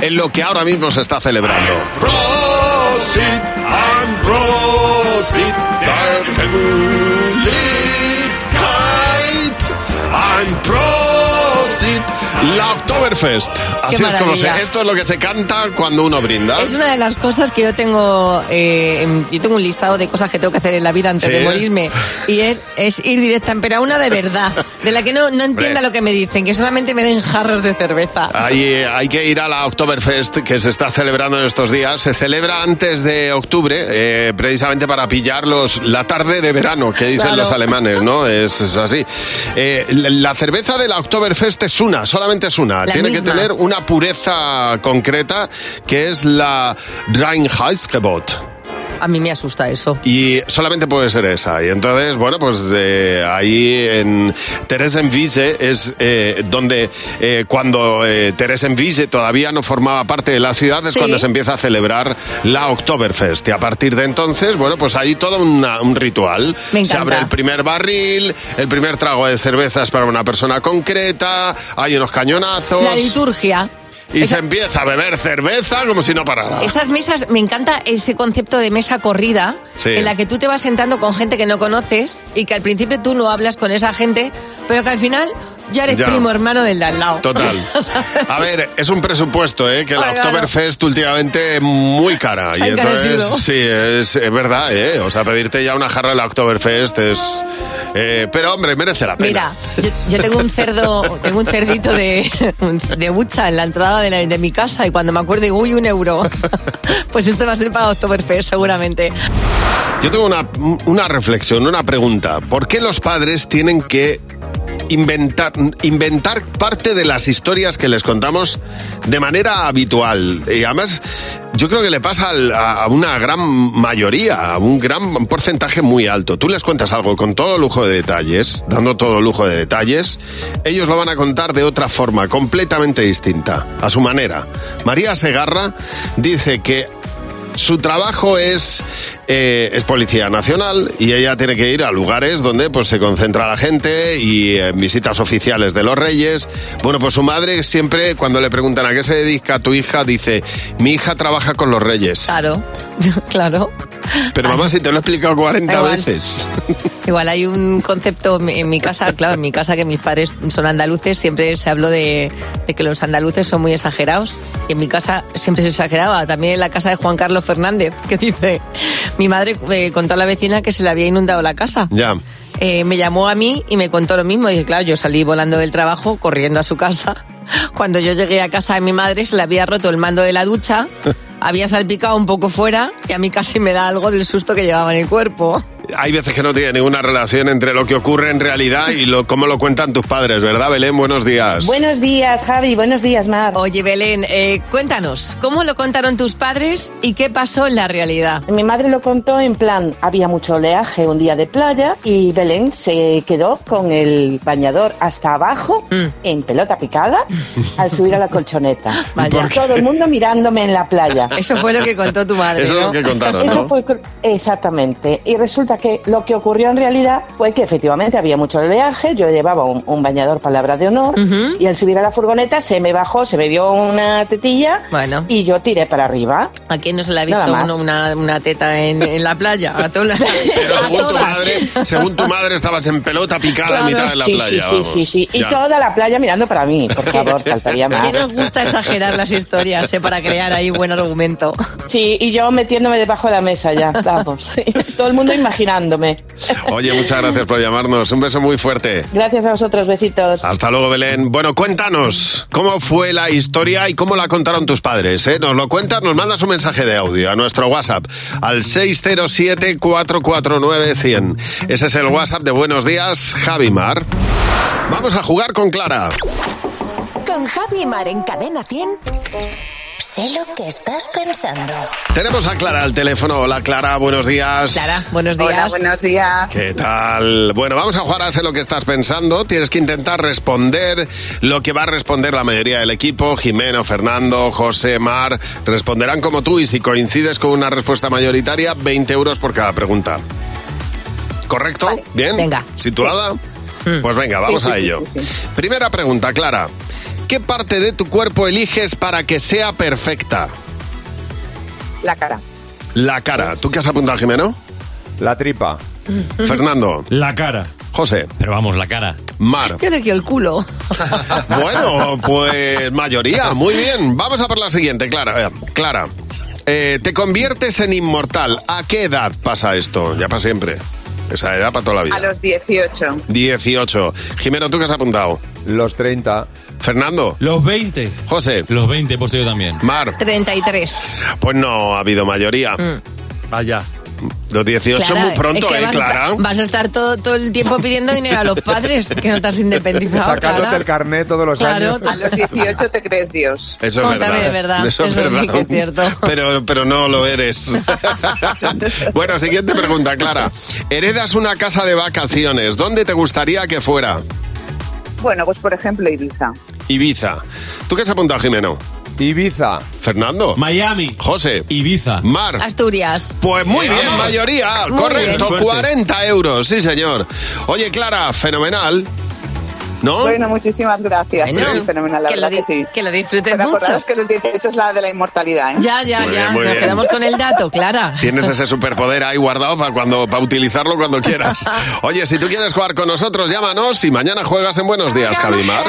[SPEAKER 3] en lo que ahora mismo se está celebrando.
[SPEAKER 22] Prosit and prosit der Mühligkeit and prosit.
[SPEAKER 3] La Oktoberfest. Así es como se.
[SPEAKER 4] maravilla.
[SPEAKER 3] Esto es lo que se canta cuando uno brinda.
[SPEAKER 4] Es una de las cosas que yo tengo. eh, en- yo tengo un listado de cosas que tengo que hacer en la vida antes
[SPEAKER 3] Sí.
[SPEAKER 4] de morirme. Y es, es ir directa, pero a una de verdad, de la que no, no entienda
[SPEAKER 3] Hombre.
[SPEAKER 4] lo que me dicen, que solamente me den jarros de cerveza.
[SPEAKER 3] Ahí, eh, hay que ir a la Oktoberfest que se está celebrando en estos días. Se celebra antes de octubre, eh, precisamente para pillar los, la tarde de verano, que dicen
[SPEAKER 4] Claro.
[SPEAKER 3] los alemanes, ¿no? Es, es así. Eh, la, la cerveza de la Oktoberfest es una, solamente es una.
[SPEAKER 4] La
[SPEAKER 3] Tiene que
[SPEAKER 4] misma.
[SPEAKER 3] tener una pureza concreta, que es la Reinheitsgebot.
[SPEAKER 4] A mí me asusta eso.
[SPEAKER 3] Y solamente puede ser esa. Y entonces, bueno, pues eh, ahí en Theresienwiese es eh, donde eh, cuando eh, Theresienwiese todavía no formaba parte de la ciudad es
[SPEAKER 4] Sí.
[SPEAKER 3] cuando se empieza a celebrar la Oktoberfest. Y a partir de entonces, bueno, pues hay todo una- un ritual.
[SPEAKER 4] Me encanta.
[SPEAKER 3] Se abre el primer barril, el primer trago de cerveza es para una persona concreta, hay unos cañonazos.
[SPEAKER 4] La liturgia.
[SPEAKER 3] y se empieza a beber cerveza como si no parara.
[SPEAKER 4] Esas mesas, me encanta ese concepto de mesa corrida,
[SPEAKER 3] Sí.
[SPEAKER 4] en la que tú te vas sentando con gente que no conoces y que al principio tú no hablas con esa gente, pero que al final ya eres
[SPEAKER 3] Ya.
[SPEAKER 4] primo hermano del de al lado.
[SPEAKER 3] Total. A ver, es un presupuesto, ¿eh? Que la
[SPEAKER 4] Ay, claro.
[SPEAKER 3] Oktoberfest últimamente es muy cara.
[SPEAKER 4] Se ha
[SPEAKER 3] y entonces,
[SPEAKER 4] encarecido.
[SPEAKER 3] sí, es, es verdad, ¿eh? O sea, pedirte ya una jarra de la Oktoberfest es... eh, pero, hombre, merece la pena.
[SPEAKER 4] Mira, yo, yo tengo un cerdo, tengo un cerdito de, de hucha en la entrada de, la- de mi casa y cuando me acuerdo digo, uy, un euro. Pues esto va a ser para Oktoberfest seguramente.
[SPEAKER 3] Yo tengo una, una reflexión, una pregunta. ¿Por qué los padres tienen que inventar, inventar parte de las historias que les contamos de manera habitual? Y además, yo creo que le pasa al- a, a una gran mayoría, a un gran porcentaje muy alto. Tú les cuentas algo con todo lujo de detalles, dando todo lujo de detalles, ellos lo van a contar de otra forma, completamente distinta, a su manera. María Segarra dice que su trabajo es, eh, es policía nacional y ella tiene que ir a lugares donde pues, se concentra la gente y en visitas oficiales de los reyes. Bueno, pues su madre siempre cuando le preguntan a qué se dedica tu hija dice, mi hija trabaja con los reyes.
[SPEAKER 4] Claro, claro.
[SPEAKER 3] Pero mamá, si te lo he explicado 40
[SPEAKER 4] Igual.
[SPEAKER 3] veces.
[SPEAKER 4] Igual hay un concepto en mi- en mi casa, claro, en mi casa que mis padres son andaluces, siempre se habló de, de que los andaluces son muy exagerados y en mi casa siempre se exageraba. También en la casa de Juan Carlos Fernández, que dice, mi madre eh, contó a la vecina que se le había inundado la casa.
[SPEAKER 3] Ya.
[SPEAKER 4] Eh, me llamó a mí y me contó lo mismo. Y dije, claro, yo salí volando del trabajo, corriendo a su casa. Cuando yo llegué a casa de mi madre, se le había roto el mando de la ducha, había salpicado un poco fuera y a mí casi me da algo del susto que llevaba en el cuerpo.
[SPEAKER 3] Hay veces que no tiene ninguna relación entre lo que ocurre en realidad y lo, cómo lo cuentan tus padres, ¿verdad, Belén? Buenos días.
[SPEAKER 4] Buenos días, Javi. Buenos días, Mar. Oye, Belén, eh, cuéntanos, ¿cómo lo contaron tus padres y qué pasó en la realidad?
[SPEAKER 2] Mi madre lo contó en plan, había mucho oleaje un día de playa y Belén se quedó con el bañador hasta abajo
[SPEAKER 4] Mm.
[SPEAKER 2] en pelota picada al subir a la colchoneta. Todo el mundo mirándome en la playa.
[SPEAKER 4] Eso fue lo que contó tu madre, Eso es lo ¿no? que contaron,
[SPEAKER 2] Eso
[SPEAKER 4] ¿no?
[SPEAKER 2] fue cr- exactamente. Y resulta que lo que ocurrió en realidad fue que efectivamente había mucho oleaje, yo llevaba un, un bañador palabra de honor y al subir a la furgoneta se me bajó, se me vio una tetilla y yo tiré para arriba.
[SPEAKER 4] ¿A quién no se le ha visto
[SPEAKER 2] Nada más.
[SPEAKER 4] uno una, una teta en, en la playa? A todas.
[SPEAKER 3] Pero según tu,
[SPEAKER 4] todas.
[SPEAKER 3] madre, según tu madre estabas en pelota picada en mitad
[SPEAKER 2] Claro.
[SPEAKER 3] de la
[SPEAKER 2] sí,
[SPEAKER 3] playa.
[SPEAKER 2] Sí, sí,
[SPEAKER 3] vamos.
[SPEAKER 2] sí, sí. Y
[SPEAKER 3] Ya.
[SPEAKER 2] toda la playa mirando para mí, por favor, faltaría
[SPEAKER 4] ¿Qué
[SPEAKER 3] Ah.
[SPEAKER 2] más.
[SPEAKER 4] nos gusta exagerar las historias eh, para crear ahí buen argumento?
[SPEAKER 2] Sí, y yo metiéndome debajo de la mesa ya, vamos. Todo el mundo imaginándome.
[SPEAKER 3] Oye, muchas gracias por llamarnos. Un beso muy fuerte.
[SPEAKER 2] Gracias a vosotros, besitos.
[SPEAKER 3] Hasta luego, Belén. Bueno, cuéntanos cómo fue la historia y cómo la contaron tus padres. ¿eh? Nos lo cuentas, nos mandas un mensaje de audio a nuestro WhatsApp al 607-449-100. Ese es el WhatsApp de Buenos Días, Javimar. Vamos a jugar con Clara.
[SPEAKER 20] Con Javi y Mar en Cadena 100. Sé lo que estás pensando.
[SPEAKER 3] Tenemos a Clara al teléfono. Hola, Clara, buenos días.
[SPEAKER 4] Clara, buenos días.
[SPEAKER 20] Hola,
[SPEAKER 4] buenos días.
[SPEAKER 3] ¿Qué tal? Bueno, vamos a jugar a sé lo que estás pensando. Tienes que intentar responder lo que va a responder la mayoría del equipo. Jimeno, Fernando, José, Mar, responderán como tú y si coincides con una respuesta mayoritaria, 20 euros por cada pregunta. ¿Correcto? ¿Bien?
[SPEAKER 20] venga.
[SPEAKER 3] ¿Situada? Pues venga, vamos
[SPEAKER 20] Sí, sí,
[SPEAKER 3] a
[SPEAKER 20] sí,
[SPEAKER 3] ello.
[SPEAKER 20] sí,
[SPEAKER 3] Primera pregunta, Clara. ¿Qué parte de tu cuerpo eliges para que sea perfecta?
[SPEAKER 16] La cara.
[SPEAKER 3] La cara. ¿Tú qué has apuntado, Jimeno? La tripa. Fernando.
[SPEAKER 5] La cara.
[SPEAKER 3] José.
[SPEAKER 18] Pero vamos, la cara.
[SPEAKER 3] Mar.
[SPEAKER 4] Yo le quiero el culo.
[SPEAKER 3] Bueno, pues mayoría. Muy bien. Vamos a por la siguiente, Clara. Eh, Clara. eh, te conviertes en inmortal. ¿A qué edad pasa esto? Ya para siempre. Esa edad para toda la vida.
[SPEAKER 23] A los 18.
[SPEAKER 3] 18. Jimeno, ¿tú qué has apuntado? Los 30. Fernando.
[SPEAKER 18] Los 20.
[SPEAKER 3] José.
[SPEAKER 18] Los 20 he puesto yo también.
[SPEAKER 3] Mar.
[SPEAKER 4] 33.
[SPEAKER 3] Pues no ha habido mayoría. Vaya. Los 18
[SPEAKER 4] Mm. Clara,
[SPEAKER 3] muy pronto,
[SPEAKER 4] es que
[SPEAKER 3] ¿eh,
[SPEAKER 4] vas a
[SPEAKER 3] Clara?
[SPEAKER 4] estar- vas a estar todo, todo el tiempo pidiendo dinero a los padres que no te has independizado. Clara.
[SPEAKER 24] Sacándote el carnet todos los
[SPEAKER 4] Claro,
[SPEAKER 24] años.
[SPEAKER 4] a los
[SPEAKER 23] 18 te crees Dios.
[SPEAKER 3] Eso es
[SPEAKER 4] No,
[SPEAKER 3] verdad.
[SPEAKER 4] también es verdad.
[SPEAKER 3] Eso, es
[SPEAKER 4] Eso sí
[SPEAKER 3] verdad.
[SPEAKER 4] que es cierto.
[SPEAKER 3] Pero, pero no lo eres. bueno, siguiente pregunta, Clara. Heredas una casa de vacaciones. ¿Dónde te gustaría que fuera?
[SPEAKER 23] Bueno, pues por ejemplo Ibiza.
[SPEAKER 3] Ibiza. ¿Tú qué has apuntado, Jimeno? Ibiza. Fernando. Miami. José.
[SPEAKER 18] Ibiza.
[SPEAKER 3] Mar.
[SPEAKER 4] Asturias.
[SPEAKER 3] Pues Muy bien,
[SPEAKER 4] Vamos.
[SPEAKER 3] mayoría.
[SPEAKER 4] Muy
[SPEAKER 3] Correcto,
[SPEAKER 4] bien.
[SPEAKER 3] 40 euros, sí señor. Oye, Clara, fenomenal. ¿No?
[SPEAKER 23] Bueno, muchísimas gracias.
[SPEAKER 3] Bueno,
[SPEAKER 23] Sí, fenomenal, la
[SPEAKER 4] que lo
[SPEAKER 23] verdad que sí.
[SPEAKER 4] Que lo disfrutes
[SPEAKER 23] Pero
[SPEAKER 4] mucho.
[SPEAKER 23] acordaos que los 18 es la de la inmortalidad, ¿eh?
[SPEAKER 4] Ya, ya,
[SPEAKER 3] Muy
[SPEAKER 4] ya.
[SPEAKER 3] bien, muy
[SPEAKER 4] Nos
[SPEAKER 3] bien.
[SPEAKER 4] quedamos con el dato, Clara.
[SPEAKER 3] Tienes ese superpoder ahí guardado para cuando para utilizarlo cuando quieras. Oye, si tú quieres jugar con nosotros, llámanos y mañana juegas en Buenos Días, Javimar.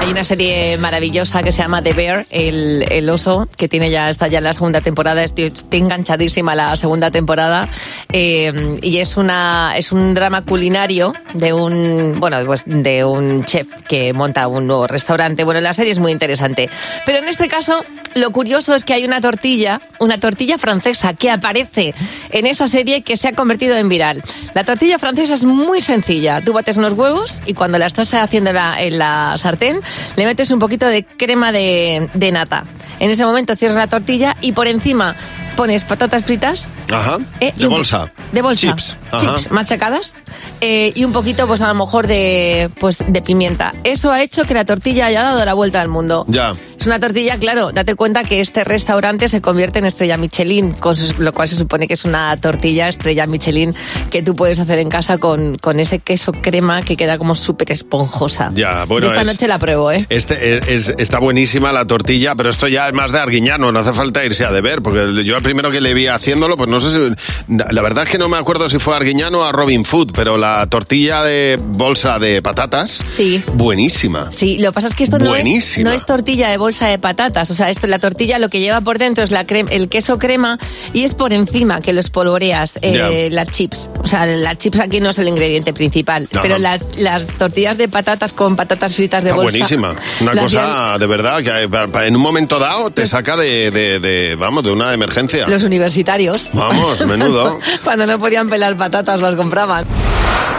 [SPEAKER 4] Hay una serie maravillosa que se llama The Bear, el, el oso, que tiene ya está ya en la segunda temporada. Estoy, estoy enganchadísima a la segunda temporada. Eh, y es una es un drama culinario de un bueno pues de un chef que monta un nuevo restaurante. Bueno, la serie es muy interesante. Pero en este caso, lo curioso es que hay una tortilla, una tortilla francesa que aparece en esa serie que se ha convertido en viral. La tortilla francesa es muy sencilla. Tú bates unos huevos y cuando la estás haciendo en la- en la sartén, le metes un poquito de crema de, de nata. En ese momento cierras la tortilla y por encima pones patatas fritas
[SPEAKER 3] Ajá.
[SPEAKER 4] eh, y
[SPEAKER 3] de
[SPEAKER 4] un-
[SPEAKER 3] bolsa.
[SPEAKER 4] De bolsa.
[SPEAKER 3] Chips. Ajá.
[SPEAKER 4] Chips machacadas. eh, y un poquito, pues a lo mejor, de, pues, de pimienta. Eso ha hecho que la tortilla haya dado la vuelta al mundo.
[SPEAKER 3] Ya.
[SPEAKER 4] Es una tortilla, claro, date cuenta que este restaurante se convierte en estrella Michelin, con sus- lo cual se supone que es una tortilla estrella Michelin que tú puedes hacer en casa con, con ese queso crema que queda como súper esponjosa.
[SPEAKER 3] Ya, bueno,
[SPEAKER 4] Yo esta
[SPEAKER 3] es-
[SPEAKER 4] noche la pruebo, ¿eh?
[SPEAKER 3] Este es- es- está buenísima la tortilla, pero esto ya es más de arguiñano, no hace falta irse a deber, porque yo el primero que le vi haciéndolo, pues no sé si... La verdad es que no me acuerdo si fue a arguiñano o a Robin Food, pero la tortilla de bolsa de patatas,
[SPEAKER 4] Sí.
[SPEAKER 3] buenísima.
[SPEAKER 4] Sí, lo que pasa es que esto no es,
[SPEAKER 3] Buenísima.
[SPEAKER 4] no es tortilla de bolsa de patatas. O sea, esto, la tortilla lo que lleva por dentro es la crem- el queso crema y es por encima que lo espolvoreas eh, las chips. O sea, las chips aquí no es el ingrediente principal,
[SPEAKER 3] Ajá.
[SPEAKER 4] pero las, las tortillas de patatas con patatas fritas de
[SPEAKER 3] Está
[SPEAKER 4] bolsa.
[SPEAKER 3] buenísima. Una
[SPEAKER 4] lo hacían
[SPEAKER 3] cosa de verdad que eh, pa- pa- en un momento dado te saca de, de- de, vamos, de una emergencia.
[SPEAKER 4] Los universitarios.
[SPEAKER 3] Vamos, menudo.
[SPEAKER 4] Cuando no podían pelar patatas, las compraban.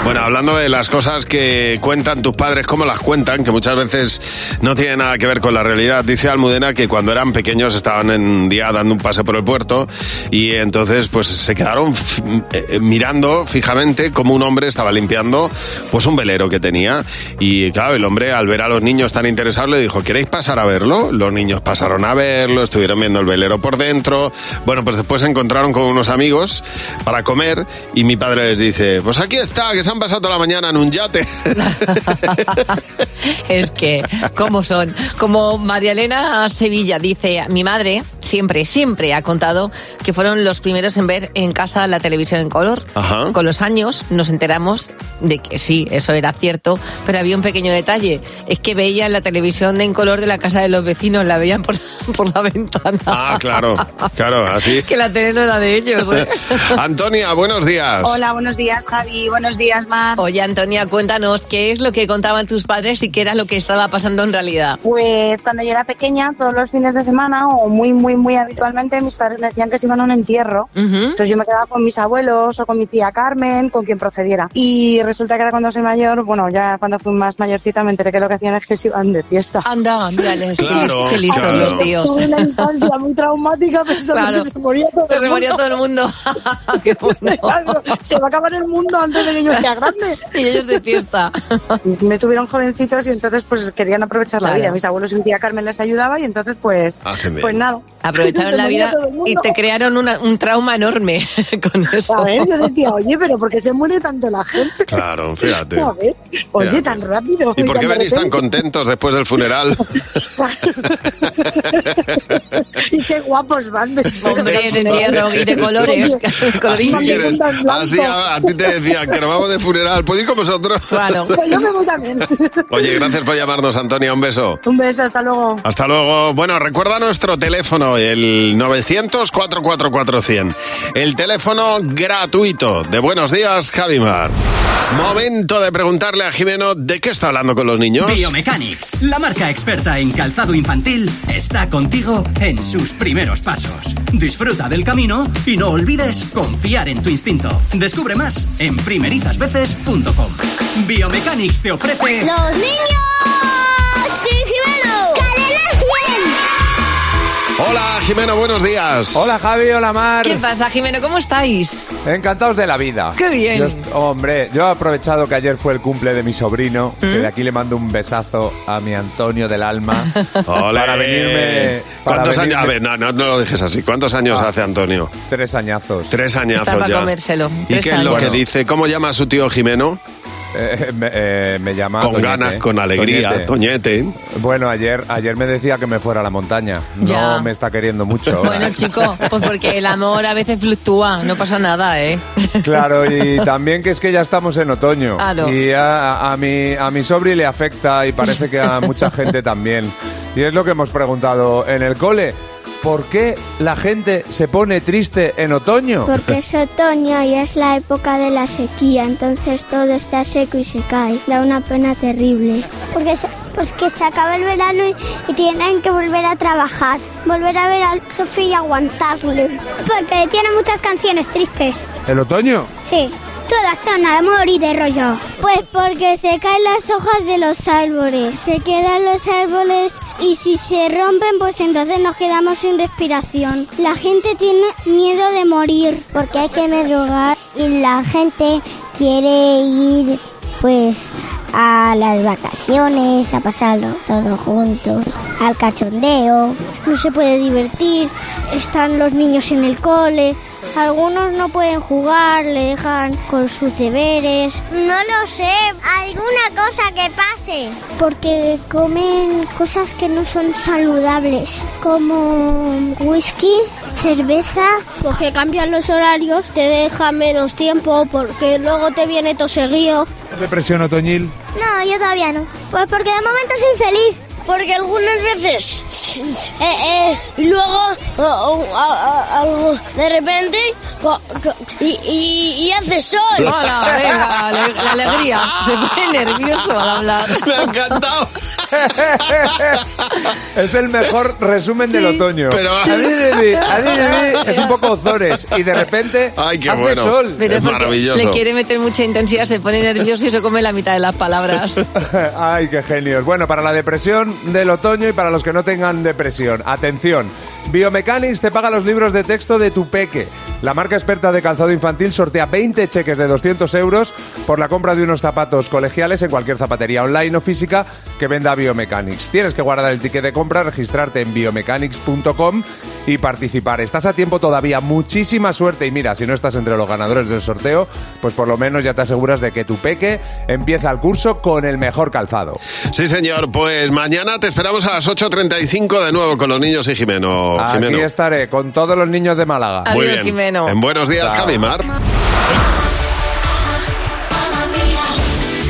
[SPEAKER 3] Bueno, hablando de las cosas que cuentan tus padres, cómo las cuentan, que muchas veces no tiene nada que ver con la realidad. Dice Almudena que cuando eran pequeños estaban en un día dando un pase por el puerto y entonces pues se quedaron f- eh, eh, mirando fijamente cómo un hombre estaba limpiando pues un velero que tenía y claro, el hombre al ver a los niños tan interesados le dijo, ¿queréis pasar a verlo? Los niños pasaron a verlo, estuvieron viendo el velero por dentro. Bueno, pues después se encontraron con unos amigos para comer y mi padre les dice, pues aquí está, que se han pasado toda la mañana en un yate.
[SPEAKER 4] Es que, ¿cómo son? Como María Elena Sevilla dice, mi madre siempre, siempre ha contado que fueron los primeros en ver en casa la televisión en color.
[SPEAKER 3] Ajá.
[SPEAKER 4] Con los años nos enteramos de que sí, eso era cierto, pero había un pequeño detalle, es que veían la televisión en color de la casa de los vecinos, la veían por, por la ventana.
[SPEAKER 3] Ah, claro, claro, así.
[SPEAKER 4] Que la tele no era de ellos, ¿eh?
[SPEAKER 3] Antonia, buenos días.
[SPEAKER 4] buenos días, Javi. Buenos días, Mar. Oye, Antonia, cuéntanos qué es lo que contaban tus padres y qué era lo que estaba pasando en realidad.
[SPEAKER 1] Pues cuando yo era pequeña, todos los fines de semana o muy, muy, muy habitualmente, mis padres me decían que se iban a un entierro. Entonces yo me quedaba con mis abuelos o con mi tía Carmen, con quien procediera. Y resulta que ahora cuando soy mayor, bueno, ya cuando fui más mayorcita me enteré que lo que hacían es que se iban de fiesta.
[SPEAKER 4] Anda, mírales,
[SPEAKER 1] qué
[SPEAKER 4] Claro, lis- qué listos claro. los tíos.
[SPEAKER 1] Tuve una infancia muy traumática pensando
[SPEAKER 4] Claro.
[SPEAKER 1] que se moría todo
[SPEAKER 4] Que
[SPEAKER 1] el
[SPEAKER 4] se
[SPEAKER 1] mundo.
[SPEAKER 4] moría todo el mundo.
[SPEAKER 1] Claro, se va a acabar el mundo antes de que yo sea grande.
[SPEAKER 4] y ellos de fiesta.
[SPEAKER 1] Me tuvieron jovencitos y entonces pues querían aprovechar la
[SPEAKER 4] Claro.
[SPEAKER 1] vida. Mis abuelos y mi tía Carmen les ayudaba y entonces pues,
[SPEAKER 3] Ah,
[SPEAKER 4] bien.
[SPEAKER 1] pues nada.
[SPEAKER 4] Aprovecharon
[SPEAKER 1] Se
[SPEAKER 4] la
[SPEAKER 1] moría
[SPEAKER 4] vida
[SPEAKER 1] todo el mundo.
[SPEAKER 4] y te crearon una- un trauma enorme con eso.
[SPEAKER 1] A ver, ¿Eh? yo decía, oye, pero ¿por qué se muere tanto la gente?
[SPEAKER 3] Claro, fíjate.
[SPEAKER 1] A ver, oye,
[SPEAKER 3] Fíjate.
[SPEAKER 1] tan rápido.
[SPEAKER 3] ¿Y por qué
[SPEAKER 1] tan de
[SPEAKER 3] venís tan
[SPEAKER 1] repente.
[SPEAKER 3] contentos después del funeral?
[SPEAKER 1] Y qué guapos van vestidos.
[SPEAKER 4] Hombre, de entierro y de colores,
[SPEAKER 3] Así,
[SPEAKER 1] Colorines.
[SPEAKER 3] eres. Así a, a ti te decían que nos vamos de funeral, ¿puedo ir con vosotros?
[SPEAKER 1] Pues yo me voy también.
[SPEAKER 3] Oye, gracias por llamarnos, Antonia. Un beso.
[SPEAKER 1] Un beso, hasta luego.
[SPEAKER 3] Hasta luego. Bueno, recuerda nuestro teléfono, el 900-444-100. El teléfono gratuito de Buenos Días, Javimar. Momento de preguntarle a Jimeno de qué está hablando con los niños.
[SPEAKER 8] Biomechanics, la marca experta en calzado infantil, está contigo en sus primeros pasos. Disfruta del camino y no olvides confiar en tu instinto. Descubre más en primerizasveces.com. Biomechanics te ofrece.
[SPEAKER 9] ¡Los niños! ¡Sí, Jimeno!
[SPEAKER 3] Hola, Jimeno, buenos días.
[SPEAKER 24] Hola, Javi, hola, Mar.
[SPEAKER 4] ¿Qué pasa, Jimeno? ¿Cómo estáis?
[SPEAKER 24] Encantados de la vida.
[SPEAKER 4] Qué bien.
[SPEAKER 24] Yo est- hombre, yo he aprovechado que ayer fue el cumple de mi sobrino.
[SPEAKER 4] ¿Mm?
[SPEAKER 24] Que de aquí le mando un besazo a mi Antonio del alma. Para venirme. Para
[SPEAKER 3] ¿Cuántos años?
[SPEAKER 24] venirme- Ah.
[SPEAKER 3] A ver, no, no, no lo dejes así. ¿Cuántos años hace Antonio?
[SPEAKER 24] Tres añazos.
[SPEAKER 3] Tres añazos
[SPEAKER 4] Está para
[SPEAKER 3] ya.
[SPEAKER 4] comérselo.
[SPEAKER 3] ¿Y
[SPEAKER 4] Tres
[SPEAKER 3] qué es lo que
[SPEAKER 4] años.
[SPEAKER 3] dice? ¿Cómo llama a su tío Jimeno?
[SPEAKER 24] Eh, me, eh, me llama.
[SPEAKER 3] Con
[SPEAKER 24] Toñete.
[SPEAKER 3] ganas, con alegría, Toñete.
[SPEAKER 24] Bueno, ayer, ayer me decía que me fuera a la montaña.
[SPEAKER 4] Ya.
[SPEAKER 24] No me está queriendo mucho. ahora.
[SPEAKER 4] Bueno, chico, pues porque el amor a veces fluctúa, no pasa nada, ¿eh?
[SPEAKER 24] Claro, y también que es que ya estamos en otoño.
[SPEAKER 4] Claro.
[SPEAKER 24] Y a, a mi, a mi sobri le afecta y parece que a mucha gente también. Y es lo que hemos preguntado en el cole. ¿Por qué la gente se pone triste en otoño?
[SPEAKER 9] Porque es otoño y es la época de la sequía, entonces todo está seco y se cae. Da una pena terrible. Porque se, porque se acaba el verano y, y tienen que volver a trabajar, volver a ver al jefe y aguantarle. Porque tiene muchas canciones tristes.
[SPEAKER 24] ¿El otoño?
[SPEAKER 9] Sí, todas son amor y de rollo. Pues porque se caen las hojas de los árboles, se quedan los árboles y si se rompen pues entonces nos quedamos sin respiración. La gente tiene miedo de morir. Porque hay que madrugar y la gente quiere ir pues a las vacaciones, a pasarlo todos juntos, al cachondeo. No se puede divertir, están los niños en el cole. Algunos no pueden jugar, le dejan con sus deberes.
[SPEAKER 6] No lo sé, alguna cosa que pase.
[SPEAKER 9] Porque comen cosas que no son saludables, como whisky, cerveza.
[SPEAKER 6] Porque cambian los horarios, te deja menos tiempo porque luego te viene toseguío.
[SPEAKER 24] Depresión otoñil.
[SPEAKER 6] No, yo todavía no. Pues porque de momento soy feliz. Porque algunas veces, eh, eh, y luego, o- o- a- a- algo, de repente, co- co- y, y- y hace sol.
[SPEAKER 4] Hola, venga, ale- la alegría. Se pone nervioso al hablar.
[SPEAKER 22] Me ha encantado.
[SPEAKER 24] Es el mejor resumen del otoño.
[SPEAKER 22] Pero-
[SPEAKER 4] ah.
[SPEAKER 24] Adididi, adididi, es un poco Ozores y de repente hace
[SPEAKER 22] bueno.
[SPEAKER 24] sol.
[SPEAKER 4] Pero porque Le quiere meter mucha intensidad, se pone nervioso y se come la mitad de las palabras.
[SPEAKER 24] Ay, qué genios. Bueno, para la depresión del otoño y para los que no tengan depresión, atención. Biomechanics te paga los libros de texto de tu peque. La marca experta de calzado infantil sortea 20 cheques de 200 euros por la compra de unos zapatos colegiales en cualquier zapatería online o física que venda Biomechanics. Tienes que guardar el ticket de compra, registrarte en biomechanics.com y participar. Estás a tiempo todavía. Muchísima suerte. Y mira, si no estás entre los ganadores del sorteo, pues por lo menos ya te aseguras de que tu peque empieza el curso con el mejor calzado.
[SPEAKER 3] Sí, señor. Pues mañana te esperamos a las 8.35 de nuevo con los niños y Jimeno.
[SPEAKER 24] Aquí
[SPEAKER 3] Oh, Jimeno.
[SPEAKER 24] estaré con todos los niños de Málaga.
[SPEAKER 3] Muy bien. En buenos días,
[SPEAKER 24] Chao.
[SPEAKER 3] Javi Mar.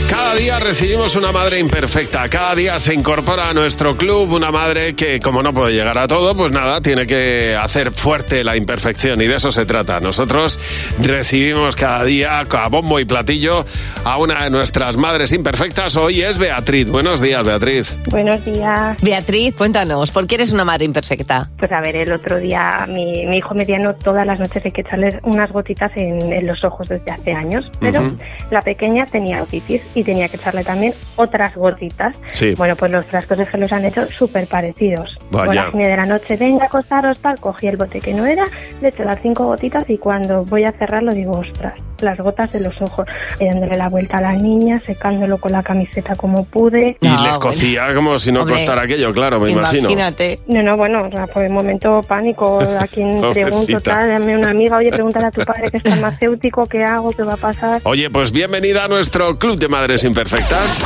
[SPEAKER 3] Cada día recibimos una madre imperfecta. Cada día se incorpora a nuestro club una madre que, como no puede llegar a todo, pues nada, tiene que hacer fuerte la imperfección y de eso se trata. Nosotros recibimos cada día a bombo y platillo a una de nuestras madres imperfectas. Hoy es Beatriz. Buenos días, Beatriz.
[SPEAKER 4] Buenos días. Beatriz, cuéntanos, ¿por qué eres una madre imperfecta?
[SPEAKER 10] Pues a ver, el otro día mi, mi hijo mediano todas las noches hay que echarle unas gotitas en, en los ojos desde hace años, pero
[SPEAKER 11] Ujú.
[SPEAKER 10] la pequeña tenía otitis y tenía que echarle también otras gotitas.
[SPEAKER 11] Sí.
[SPEAKER 10] Bueno, pues los frascos de gelos han hecho súper parecidos.
[SPEAKER 11] Vaya.
[SPEAKER 10] A las 9 de la noche, venga, acostaros, tal, cogí el bote que no era, le eché las cinco gotitas y cuando voy a cerrarlo digo, ostras, las gotas de los ojos. Y dándole la vuelta a la niña, secándolo con la camiseta como pude.
[SPEAKER 4] Ah,
[SPEAKER 3] y les cocía como si no
[SPEAKER 10] Hombre,
[SPEAKER 3] costara aquello, claro, me imagino.
[SPEAKER 10] No, no, bueno, o sea, por el momento pánico. A quien
[SPEAKER 3] Pobrecita.
[SPEAKER 10] pregunto, tal, dame una amiga, oye, pregúntale a tu padre que es farmacéutico, qué hago, qué va a pasar.
[SPEAKER 3] Oye, pues bienvenida a nuestro club de madres imperfectas.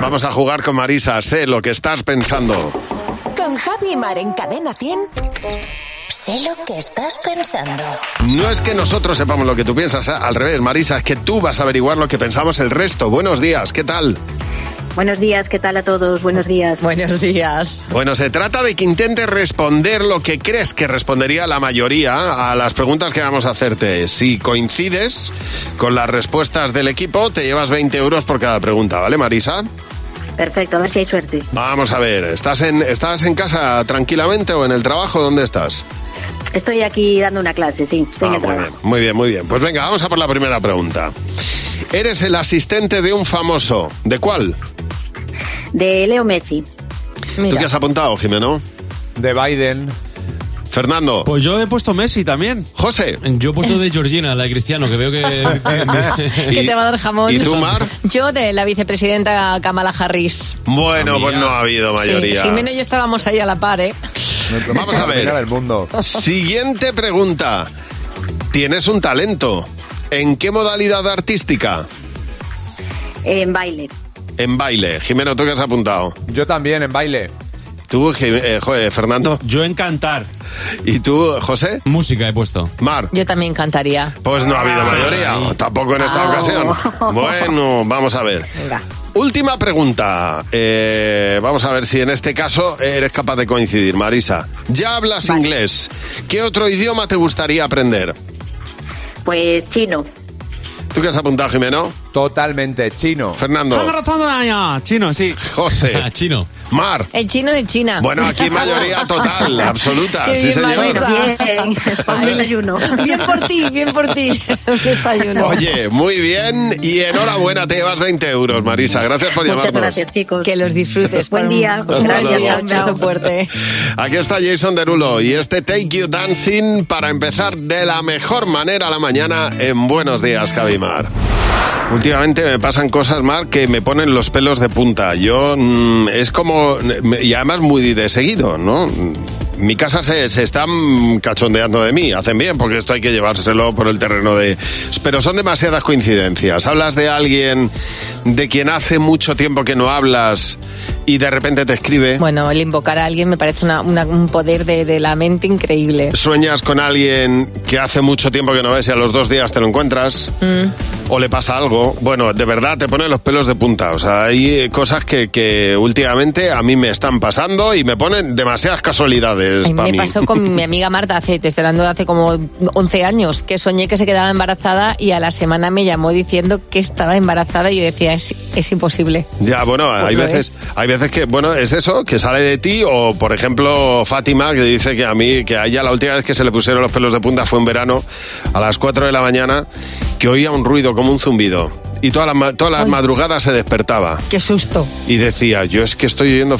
[SPEAKER 3] Vamos a jugar con Marisa, sé lo que estás pensando.
[SPEAKER 20] Con Javi Mar en Cadena 100. Sé lo que estás pensando.
[SPEAKER 3] No es que nosotros sepamos lo que tú piensas, ¿eh? al revés, Marisa, es que tú vas a averiguar lo que pensamos el resto. Buenos días, ¿qué tal?
[SPEAKER 13] Buenos días, ¿qué tal a todos? Buenos días. Buenos días.
[SPEAKER 3] Bueno, se trata de que intentes responder lo que crees que respondería la mayoría a las preguntas que vamos a hacerte. Si coincides con las respuestas del equipo, te llevas 20 euros por cada pregunta, ¿vale, Marisa?
[SPEAKER 13] Perfecto, a ver si hay suerte.
[SPEAKER 3] Vamos a ver, ¿estás en, ¿estás en casa tranquilamente o en el trabajo? ¿Dónde estás?
[SPEAKER 13] Estoy aquí dando una clase, sí. Estoy en el
[SPEAKER 3] Muy
[SPEAKER 13] trabajo.
[SPEAKER 3] bien, muy bien, muy bien. Pues venga, vamos a por la primera pregunta. Eres el asistente de un famoso. ¿De cuál?
[SPEAKER 13] De Leo Messi.
[SPEAKER 3] ¿Tú qué has apuntado, Jimeno?
[SPEAKER 24] De Biden.
[SPEAKER 3] Fernando.
[SPEAKER 18] Pues yo he puesto Messi también.
[SPEAKER 3] José.
[SPEAKER 18] Yo he puesto de Georgina, la de Cristiano, que veo que...
[SPEAKER 4] Que te va a dar jamón.
[SPEAKER 18] ¿Y tú, Mar?
[SPEAKER 4] Yo de la vicepresidenta Kamala Harris.
[SPEAKER 3] Bueno, pues no ha habido mayoría.
[SPEAKER 4] Sí, Jimeno y yo estábamos ahí a la par, ¿eh?
[SPEAKER 3] Vamos a ver.
[SPEAKER 24] Mira el mundo.
[SPEAKER 3] Siguiente pregunta. Tienes un talento. ¿En qué modalidad artística?
[SPEAKER 13] En baile.
[SPEAKER 3] En baile. Jimeno, ¿tú qué has apuntado?
[SPEAKER 24] Yo también, en baile.
[SPEAKER 3] ¿Tú, Jim- eh, jo- eh, Fernando?
[SPEAKER 18] Yo en cantar.
[SPEAKER 3] ¿Y tú, José?
[SPEAKER 18] Música he puesto.
[SPEAKER 3] Mar.
[SPEAKER 4] Yo también cantaría.
[SPEAKER 3] Pues no ha habido mayoría, tampoco en esta
[SPEAKER 4] Ah.
[SPEAKER 3] ocasión. Bueno, vamos a ver. Última pregunta. Eh, vamos a ver si en este caso eres capaz de coincidir, Marisa. Ya hablas inglés. ¿Qué otro idioma te gustaría aprender?
[SPEAKER 13] Pues chino.
[SPEAKER 3] ¿Tú qué has apuntado, Jimeno?
[SPEAKER 24] Totalmente chino.
[SPEAKER 3] Fernando.
[SPEAKER 18] Chino, sí.
[SPEAKER 3] José.
[SPEAKER 18] Chino.
[SPEAKER 3] Mar.
[SPEAKER 4] El chino de China.
[SPEAKER 3] Bueno, aquí mayoría total, absoluta.
[SPEAKER 4] Qué
[SPEAKER 3] sí,
[SPEAKER 4] bien,
[SPEAKER 3] señor.
[SPEAKER 4] Bien. Bien por ti, bien por ti. Desayuno.
[SPEAKER 3] Oye, muy bien y enhorabuena, te llevas 20 euros, Marisa. Gracias por llamarnos.
[SPEAKER 4] chicos. Que los disfrutes. Buen
[SPEAKER 3] día. Hasta luego.
[SPEAKER 4] Un beso fuerte.
[SPEAKER 3] Aquí está Jason Derulo y este Take You Dancing para empezar de la mejor manera la mañana en Buenos Días, Cabimar. Últimamente me pasan cosas, Mar, que me ponen los pelos de punta. Yo mm, es como... Y además muy de seguido, ¿no? Mi casa se, se está mm, cachondeando de mí. Hacen bien, porque esto hay que llevárselo por el terreno de... Pero son demasiadas coincidencias. Hablas de alguien de quien hace mucho tiempo que no hablas y de repente te escribe.
[SPEAKER 4] Bueno, el invocar a alguien me parece una- una- un poder de, de la mente increíble.
[SPEAKER 3] Sueñas con alguien que hace mucho tiempo que no ves y a los dos días te lo encuentras.
[SPEAKER 4] Mm.
[SPEAKER 3] O le pasa algo. Bueno, de verdad te ponen los pelos de punta. O sea, hay eh, cosas que, que últimamente a mí me están pasando y me ponen demasiadas casualidades. pa'
[SPEAKER 4] Me
[SPEAKER 3] mí.
[SPEAKER 4] pasó con mi amiga Marta hace, te estoy hablando de hace como 11 años, que soñé que se quedaba embarazada y a la semana me llamó diciendo que estaba embarazada y yo decía, es, es imposible.
[SPEAKER 3] Ya, bueno, hay
[SPEAKER 4] lo
[SPEAKER 3] veces, hay veces que, bueno, es eso, que sale de ti, o por ejemplo, Fátima, que dice que a mí, que a ella la última vez que se le pusieron los pelos de punta fue en verano, a las 4 de la mañana, que oía un ruido como un zumbido. Y todas las, ma- todas las madrugadas se despertaba.
[SPEAKER 4] Qué susto.
[SPEAKER 3] Y decía, yo es que estoy oyendo,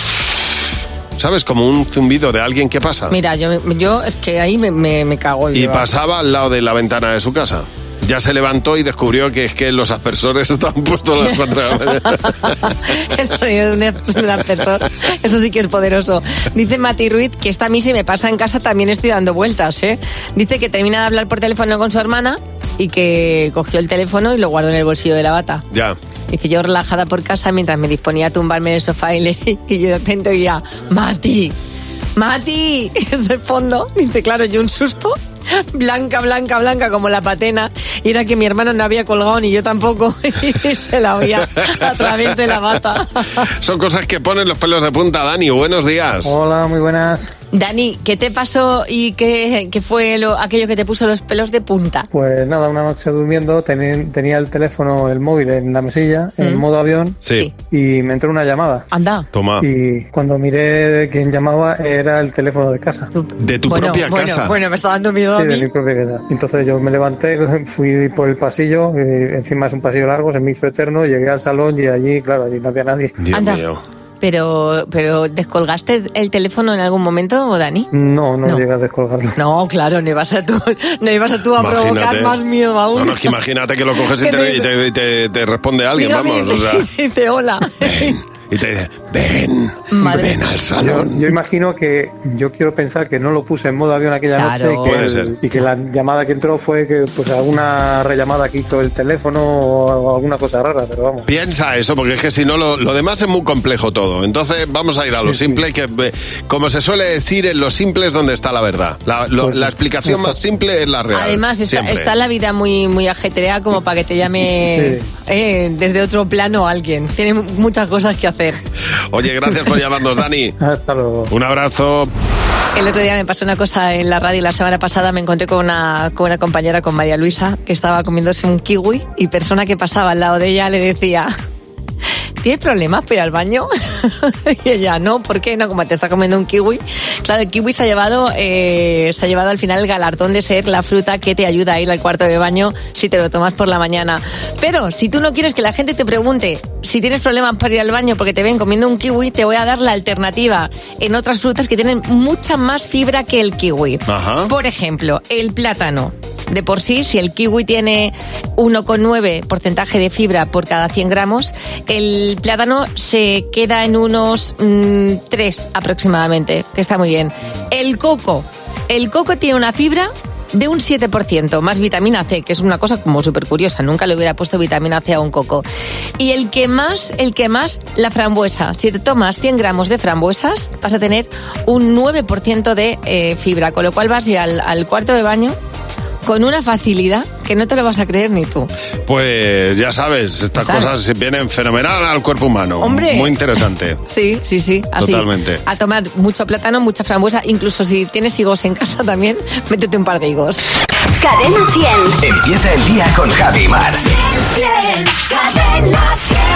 [SPEAKER 3] ¿sabes? Como un zumbido de alguien que pasa.
[SPEAKER 4] Mira, yo, yo es que ahí me, me, me cago.
[SPEAKER 3] Y
[SPEAKER 4] yo.
[SPEAKER 3] pasaba al lado de la ventana de su casa. Ya se levantó y descubrió que es que los aspersores estaban puestos a las 4 de la mañana.
[SPEAKER 4] El sonido de un, de un aspersor. Eso sí que es poderoso. Dice Mati Ruiz que esta a mí si me pasa en casa también estoy dando vueltas, ¿eh? Dice que termina de hablar por teléfono con su hermana y que cogió el teléfono y lo guardó en el bolsillo de la bata.
[SPEAKER 3] Ya.
[SPEAKER 4] Dice yo relajada por casa mientras me disponía a tumbarme en el sofá y, le, y yo de repente oía, Mati, Mati, es de fondo. Dice, claro, yo un susto. Blanca, blanca, blanca como la patena. Y era que mi hermana no había colgado ni yo tampoco. Y se la oía a través de la bata.
[SPEAKER 3] Son cosas que ponen los pelos de punta, Dani. Buenos días.
[SPEAKER 11] Hola, muy buenas.
[SPEAKER 4] Dani, ¿qué te pasó y qué, qué fue lo, aquello que te puso los pelos de punta?
[SPEAKER 11] Pues nada, una noche durmiendo teni- tenía el teléfono, el móvil en la mesilla, en
[SPEAKER 4] Mm.
[SPEAKER 11] modo avión,
[SPEAKER 3] Sí.
[SPEAKER 11] y me entró una llamada.
[SPEAKER 4] Anda.
[SPEAKER 3] Toma.
[SPEAKER 11] Y cuando miré de quién llamaba era el teléfono de casa.
[SPEAKER 3] De tu
[SPEAKER 11] Bueno,
[SPEAKER 3] propia
[SPEAKER 11] bueno,
[SPEAKER 3] casa.
[SPEAKER 11] bueno,
[SPEAKER 4] me está dando miedo
[SPEAKER 11] Sí, de mi propia casa. Entonces yo me levanté, fui por el pasillo, eh, encima es un pasillo largo, se me hizo eterno, llegué al salón y allí, claro, allí no había nadie.
[SPEAKER 4] Anda. Pero, pero ¿descolgaste el teléfono en algún momento, Dani?
[SPEAKER 11] No, no, llegué a descolgarlo.
[SPEAKER 4] No, claro, no ibas a tú, no ibas a, tú a
[SPEAKER 3] Imagínate.
[SPEAKER 4] provocar más miedo aún.
[SPEAKER 3] No, no, es que imagínate que lo coges y
[SPEAKER 4] Que
[SPEAKER 3] te, y te- y te- te responde alguien,
[SPEAKER 4] Dígame,
[SPEAKER 3] vamos. o sea,
[SPEAKER 4] dice hola.
[SPEAKER 3] y te dice, ven, ven al salón.
[SPEAKER 11] Yo, yo imagino que yo quiero pensar que no lo puse en modo avión aquella
[SPEAKER 3] Claro.
[SPEAKER 11] noche y que,
[SPEAKER 3] Puede
[SPEAKER 11] el-
[SPEAKER 3] ser.
[SPEAKER 11] y que la llamada que entró fue que pues alguna rellamada que hizo el teléfono o alguna cosa rara, pero vamos.
[SPEAKER 3] Piensa eso, porque es que si no, lo, lo demás es muy complejo todo. Entonces vamos a ir a lo
[SPEAKER 11] Sí, sí.
[SPEAKER 3] simple, que eh, como se suele decir, en lo simple es donde está la verdad. La, lo-
[SPEAKER 11] Pues sí.
[SPEAKER 3] la explicación más simple es la real.
[SPEAKER 4] Además, está,
[SPEAKER 3] siempre.
[SPEAKER 4] está la vida muy, muy ajetreada como para que te llame eh, desde otro plano alguien. Tiene muchas cosas que hacer.
[SPEAKER 3] Oye, gracias por llamarnos, Dani.
[SPEAKER 11] Hasta luego.
[SPEAKER 3] Un abrazo.
[SPEAKER 4] El otro día me pasó una cosa en la radio y la semana pasada me encontré con una, con una compañera, con María Luisa, que estaba comiéndose un kiwi y persona que pasaba al lado de ella le decía... ¿Tienes problemas para ir al baño? y ella, no, ¿por qué? No, como te está comiendo un kiwi. Claro, el kiwi se ha llevado, eh, se ha llevado al final el galardón de ser la fruta que te ayuda a ir al cuarto de baño si te lo tomas por la mañana. Pero si tú no quieres que la gente te pregunte si tienes problemas para ir al baño porque te ven comiendo un kiwi, te voy a dar la alternativa en otras frutas que tienen mucha más fibra que el kiwi. Por ejemplo, el plátano. De por sí, si el kiwi tiene 1,9 porcentaje de fibra por cada 100 gramos, el plátano se queda en unos 3 aproximadamente, que está muy bien. El coco. El coco tiene una fibra de un 7%, más vitamina C, que es una cosa como súper curiosa, nunca le hubiera puesto vitamina C a un coco. Y el que más, el que más, la frambuesa. Si te tomas 100 gramos de frambuesas, vas a tener un 9% de eh, fibra, con lo cual vas a ir al, al cuarto de baño con una facilidad que no te lo vas a creer ni tú.
[SPEAKER 3] Pues ya sabes, estas
[SPEAKER 4] Claro.
[SPEAKER 3] cosas vienen fenomenal al cuerpo humano.
[SPEAKER 4] Hombre.
[SPEAKER 3] Muy interesante.
[SPEAKER 4] Sí, sí, sí. Así.
[SPEAKER 3] Totalmente.
[SPEAKER 4] A tomar mucho plátano, mucha frambuesa, incluso si tienes higos en casa también, métete un par de higos.
[SPEAKER 20] Cadena 100.
[SPEAKER 12] Empieza el día con Javi Mar.
[SPEAKER 20] Cadena 100.